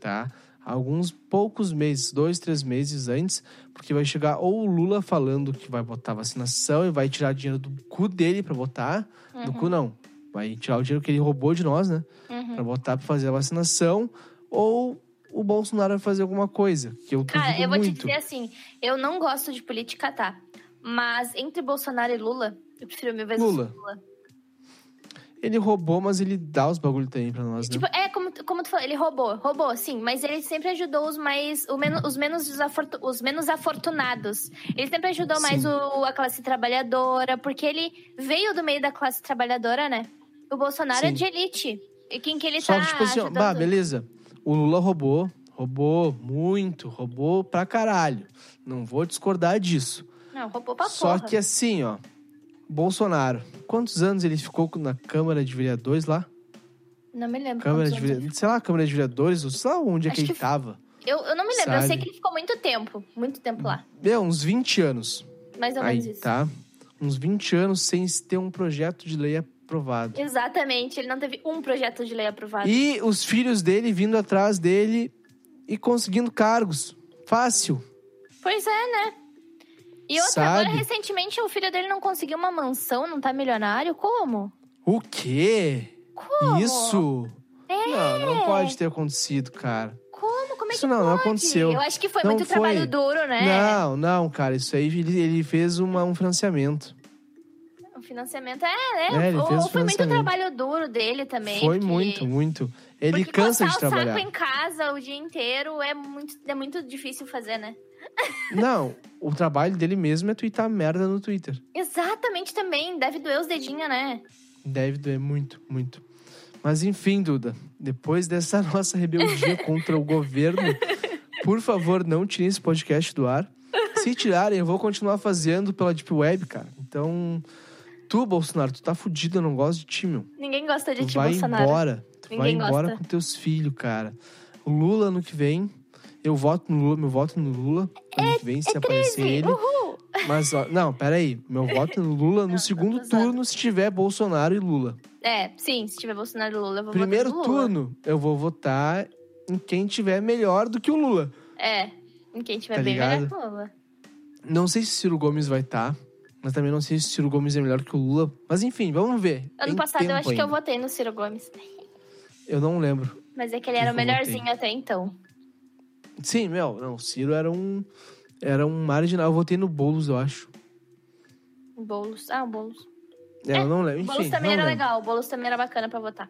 Speaker 2: tá? Alguns poucos meses, dois, três meses antes, porque vai chegar ou o Lula falando que vai botar vacinação e vai tirar dinheiro do cu dele pra botar. Do cu não. Vai tirar o dinheiro que ele roubou de nós, né?
Speaker 3: Uhum.
Speaker 2: Pra botar pra fazer a vacinação ou o Bolsonaro vai fazer alguma coisa, que eu
Speaker 3: Cara,
Speaker 2: duvido
Speaker 3: eu vou
Speaker 2: muito.
Speaker 3: te dizer assim, eu não gosto de política, tá? Mas entre Bolsonaro e Lula, eu prefiro mil vezes
Speaker 2: Lula. Ele roubou, mas ele dá os bagulho também pra nós, né?
Speaker 3: Tipo, é como, tu- como tu falou, ele roubou, roubou, sim, mas ele sempre ajudou os mais, o menos, os, menos desafortu- os menos afortunados. Ele sempre ajudou mais
Speaker 2: Sim.
Speaker 3: o- a classe trabalhadora, porque ele veio do meio da classe trabalhadora, né? O Bolsonaro é
Speaker 2: Sim.
Speaker 3: de elite. E quem que ele
Speaker 2: Só
Speaker 3: tá
Speaker 2: que, tipo assim, ó,
Speaker 3: ajudando?
Speaker 2: bah, beleza. O Lula roubou, roubou muito, roubou pra caralho. Não vou discordar disso.
Speaker 3: Não, roubou pra
Speaker 2: Só é
Speaker 3: porra.
Speaker 2: que assim, ó. Bolsonaro. Quantos anos ele ficou na Câmara de Vereadores lá?
Speaker 3: Não me lembro.
Speaker 2: Câmara
Speaker 3: quantos
Speaker 2: de
Speaker 3: anos ele
Speaker 2: Vereadores. Sei lá, Câmara de Vereadores, ou sei lá onde é
Speaker 3: Acho
Speaker 2: que ele
Speaker 3: que-
Speaker 2: tava.
Speaker 3: ficou. Eu, eu não me lembro, eu sei
Speaker 2: Sabe.
Speaker 3: que ele ficou muito tempo. Muito tempo lá.
Speaker 2: Deu uns 20 anos.
Speaker 3: Mais ou menos
Speaker 2: Aí,
Speaker 3: isso.
Speaker 2: tá? Uns 20 anos sem se ter um projeto de lei aprovado.
Speaker 3: Exatamente, ele não teve um projeto de lei aprovado.
Speaker 2: E os filhos dele vindo atrás dele e conseguindo cargos. Fácil.
Speaker 3: Pois é, né? E outra, agora
Speaker 2: Sabe?
Speaker 3: recentemente o filho dele não conseguiu uma mansão, não tá milionário? Como?
Speaker 2: O quê?
Speaker 3: Como?
Speaker 2: Isso?
Speaker 3: É.
Speaker 2: Não, não pode ter acontecido, cara.
Speaker 3: Como? Como é
Speaker 2: Isso
Speaker 3: que
Speaker 2: não,
Speaker 3: pode?
Speaker 2: não aconteceu.
Speaker 3: Eu acho que foi
Speaker 2: Não
Speaker 3: muito
Speaker 2: foi.
Speaker 3: trabalho duro, né?
Speaker 2: Não, não, cara. Isso aí ele, ele fez uma- um financiamento.
Speaker 3: O financiamento é,
Speaker 2: É,
Speaker 3: né?
Speaker 2: ele
Speaker 3: Ou,
Speaker 2: fez
Speaker 3: ou foi muito
Speaker 2: financiamento.
Speaker 3: trabalho duro dele também.
Speaker 2: Foi
Speaker 3: porque-
Speaker 2: muito, muito. Ele
Speaker 3: porque
Speaker 2: cansa
Speaker 3: coçar
Speaker 2: de
Speaker 3: o
Speaker 2: trabalhar.
Speaker 3: saco é em casa o dia inteiro é muito, é muito difícil fazer, né?
Speaker 2: Não, o trabalho dele mesmo é twittar merda no Twitter.
Speaker 3: Exatamente também, deve doer os dedinhos, né?
Speaker 2: Deve doer muito, muito. Mas enfim, Duda, depois dessa nossa rebeldia contra o governo, por favor, não tirem esse podcast do ar. Se tirarem, eu vou continuar fazendo pela Deep Web, cara. Então, tu, Bolsonaro, tu tá fudido, eu não gosto de ti, meu.
Speaker 3: Ninguém gosta de
Speaker 2: Tu
Speaker 3: ti,
Speaker 2: vai
Speaker 3: Bolsonaro.
Speaker 2: embora. Tu vai
Speaker 3: Ninguém
Speaker 2: embora
Speaker 3: gosta.
Speaker 2: com teus filhos, cara. O Lula ano que vem. Eu voto no Lula, meu voto no Lula.
Speaker 3: É
Speaker 2: Ano que vem, se aparecer ele.
Speaker 3: Uhul!
Speaker 2: Mas, ó, não, peraí. Meu voto no Lula no
Speaker 3: Não,
Speaker 2: segundo
Speaker 3: tá usado.
Speaker 2: turno se tiver Bolsonaro e Lula.
Speaker 3: É, sim, se tiver Bolsonaro e Lula, eu vou
Speaker 2: Primeiro
Speaker 3: votar no Lula.
Speaker 2: turno, eu vou votar em quem tiver melhor do que o Lula.
Speaker 3: É, em quem tiver
Speaker 2: Tá
Speaker 3: bem
Speaker 2: ligado?
Speaker 3: melhor que o Lula.
Speaker 2: Não sei se Ciro Gomes vai estar, mas também não sei se Ciro Gomes é melhor que o Lula. Mas enfim, vamos ver.
Speaker 3: Ano
Speaker 2: Tem
Speaker 3: passado eu
Speaker 2: tempo
Speaker 3: acho que eu
Speaker 2: ainda.
Speaker 3: votei no Ciro Gomes.
Speaker 2: Eu não lembro.
Speaker 3: Mas é que ele
Speaker 2: Quem
Speaker 3: era o
Speaker 2: que eu votei?
Speaker 3: melhorzinho até então.
Speaker 2: Sim, meu, não, o Ciro era um era um marginal. Eu votei no Boulos, eu acho.
Speaker 3: O Boulos. Ah, o Boulos.
Speaker 2: É, eu não lembro.
Speaker 3: O
Speaker 2: Enfim,
Speaker 3: Boulos também
Speaker 2: não
Speaker 3: era
Speaker 2: lembro.
Speaker 3: legal, o Boulos também era bacana pra votar.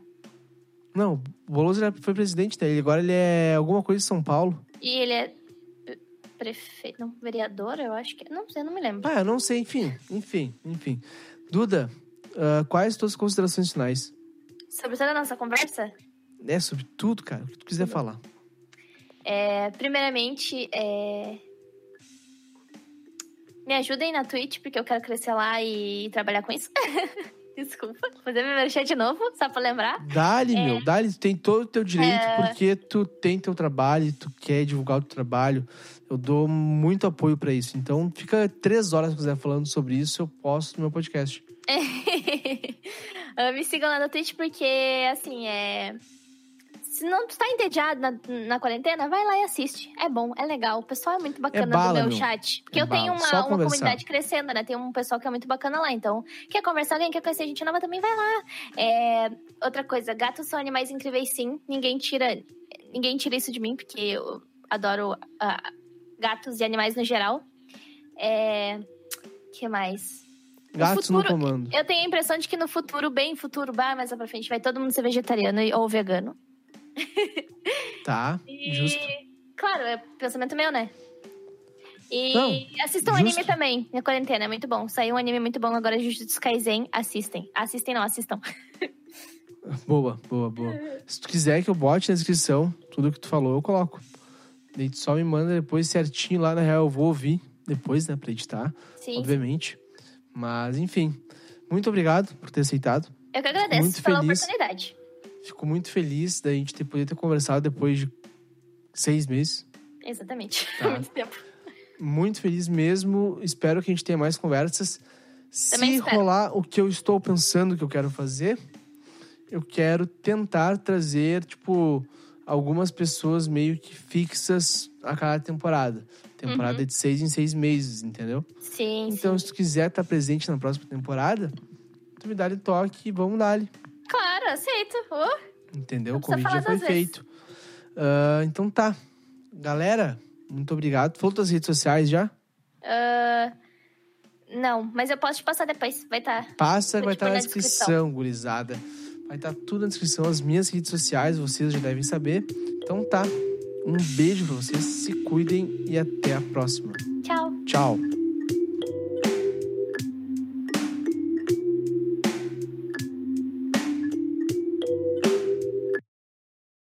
Speaker 2: Não, o Boulos ele foi presidente dele. Agora ele é alguma coisa de São Paulo.
Speaker 3: E ele é prefeito, não, vereador, eu acho que. Não sei, não me lembro.
Speaker 2: Ah, eu não sei. Enfim, enfim, enfim. Duda, ah, quais tuas considerações finais?
Speaker 3: Sobre toda a nossa conversa,
Speaker 2: É sobre tudo, cara, o que tu quiser falar.
Speaker 3: é, primeiramente, é, me ajudem na Twitch, porque eu quero crescer lá e trabalhar com isso. Desculpa, fazer meu merchan de novo, só pra lembrar.
Speaker 2: Dá-lhe,
Speaker 3: É.
Speaker 2: meu, dá-lhe. Tu tem todo o teu direito, porque tu tem teu trabalho, tu quer divulgar o teu trabalho. Eu dou muito apoio pra isso. Então, fica três horas, se quiser, falando sobre isso, eu posto no meu podcast.
Speaker 3: Ah, me sigam lá na Twitch, porque, assim, é. Se não tu tá entediado na, na quarentena, vai lá e assiste. É bom, é legal. O pessoal é muito bacana
Speaker 2: bala,
Speaker 3: do meu,
Speaker 2: meu.
Speaker 3: chat. Porque
Speaker 2: É
Speaker 3: eu tenho
Speaker 2: bala. Só
Speaker 3: uma, uma
Speaker 2: conversar.
Speaker 3: comunidade crescendo, né? Tem um pessoal que é muito bacana lá. Então, quer conversar alguém, quer conhecer gente nova, também vai lá. É, outra coisa, gatos são animais incríveis, sim. Ninguém tira, ninguém tira isso de mim, porque eu adoro ah, gatos e animais no geral. É, que mais?
Speaker 2: Gatos no
Speaker 3: futuro-
Speaker 2: comando.
Speaker 3: Eu tenho a impressão de que no futuro, bem futuro, bah, mais lá pra frente, vai todo mundo ser vegetariano e- ou vegano.
Speaker 2: Tá,
Speaker 3: E,
Speaker 2: justo.
Speaker 3: claro, é pensamento meu, né? E
Speaker 2: Não,
Speaker 3: assistam
Speaker 2: justo.
Speaker 3: anime também, na quarentena, é muito bom. Saiu um anime muito bom agora, Jujutsu Kaisen, assistem. Assistem não, assistam.
Speaker 2: Boa, boa, boa. Se tu quiser que eu bote na descrição tudo que tu falou, eu coloco. Daí tu só me manda depois certinho lá, na real, eu vou ouvir depois, né, pra editar,
Speaker 3: Sim,
Speaker 2: obviamente. Mas, enfim, muito obrigado por ter aceitado.
Speaker 3: eu que agradeço
Speaker 2: muito
Speaker 3: pela
Speaker 2: feliz.
Speaker 3: oportunidade.
Speaker 2: Fico muito feliz da gente ter poder ter conversado depois de seis meses.
Speaker 3: Exatamente,
Speaker 2: Tá.
Speaker 3: muito tempo.
Speaker 2: Muito feliz mesmo. Espero que a gente tenha mais conversas.
Speaker 3: Também
Speaker 2: Se
Speaker 3: espero.
Speaker 2: rolar o que eu estou pensando que eu quero fazer, eu quero tentar trazer, tipo, algumas pessoas meio que fixas a cada temporada. Temporada é de seis em seis meses, entendeu?
Speaker 3: Uhum. Sim,
Speaker 2: Então,
Speaker 3: sim.
Speaker 2: se tu quiser estar presente na próxima temporada, tu me dá-lhe toque e vamos dar-lhe.
Speaker 3: Claro, aceito. Uh,
Speaker 2: Entendeu?
Speaker 3: Não
Speaker 2: O convite
Speaker 3: precisa
Speaker 2: já foi
Speaker 3: falar duas vezes.
Speaker 2: feito. Ah, então tá. Galera, muito obrigado. Falou tuas redes sociais já?
Speaker 3: não, mas eu posso te passar depois, vai tá. estar.
Speaker 2: Passa que
Speaker 3: Vou
Speaker 2: vai
Speaker 3: te
Speaker 2: estar
Speaker 3: pôr
Speaker 2: na
Speaker 3: na
Speaker 2: descrição,
Speaker 3: descrição.
Speaker 2: gurizada. Vai estar tudo na descrição, as minhas redes sociais, vocês já devem saber. Então tá. Um beijo pra vocês, se cuidem e até a próxima.
Speaker 3: Tchau.
Speaker 2: Tchau.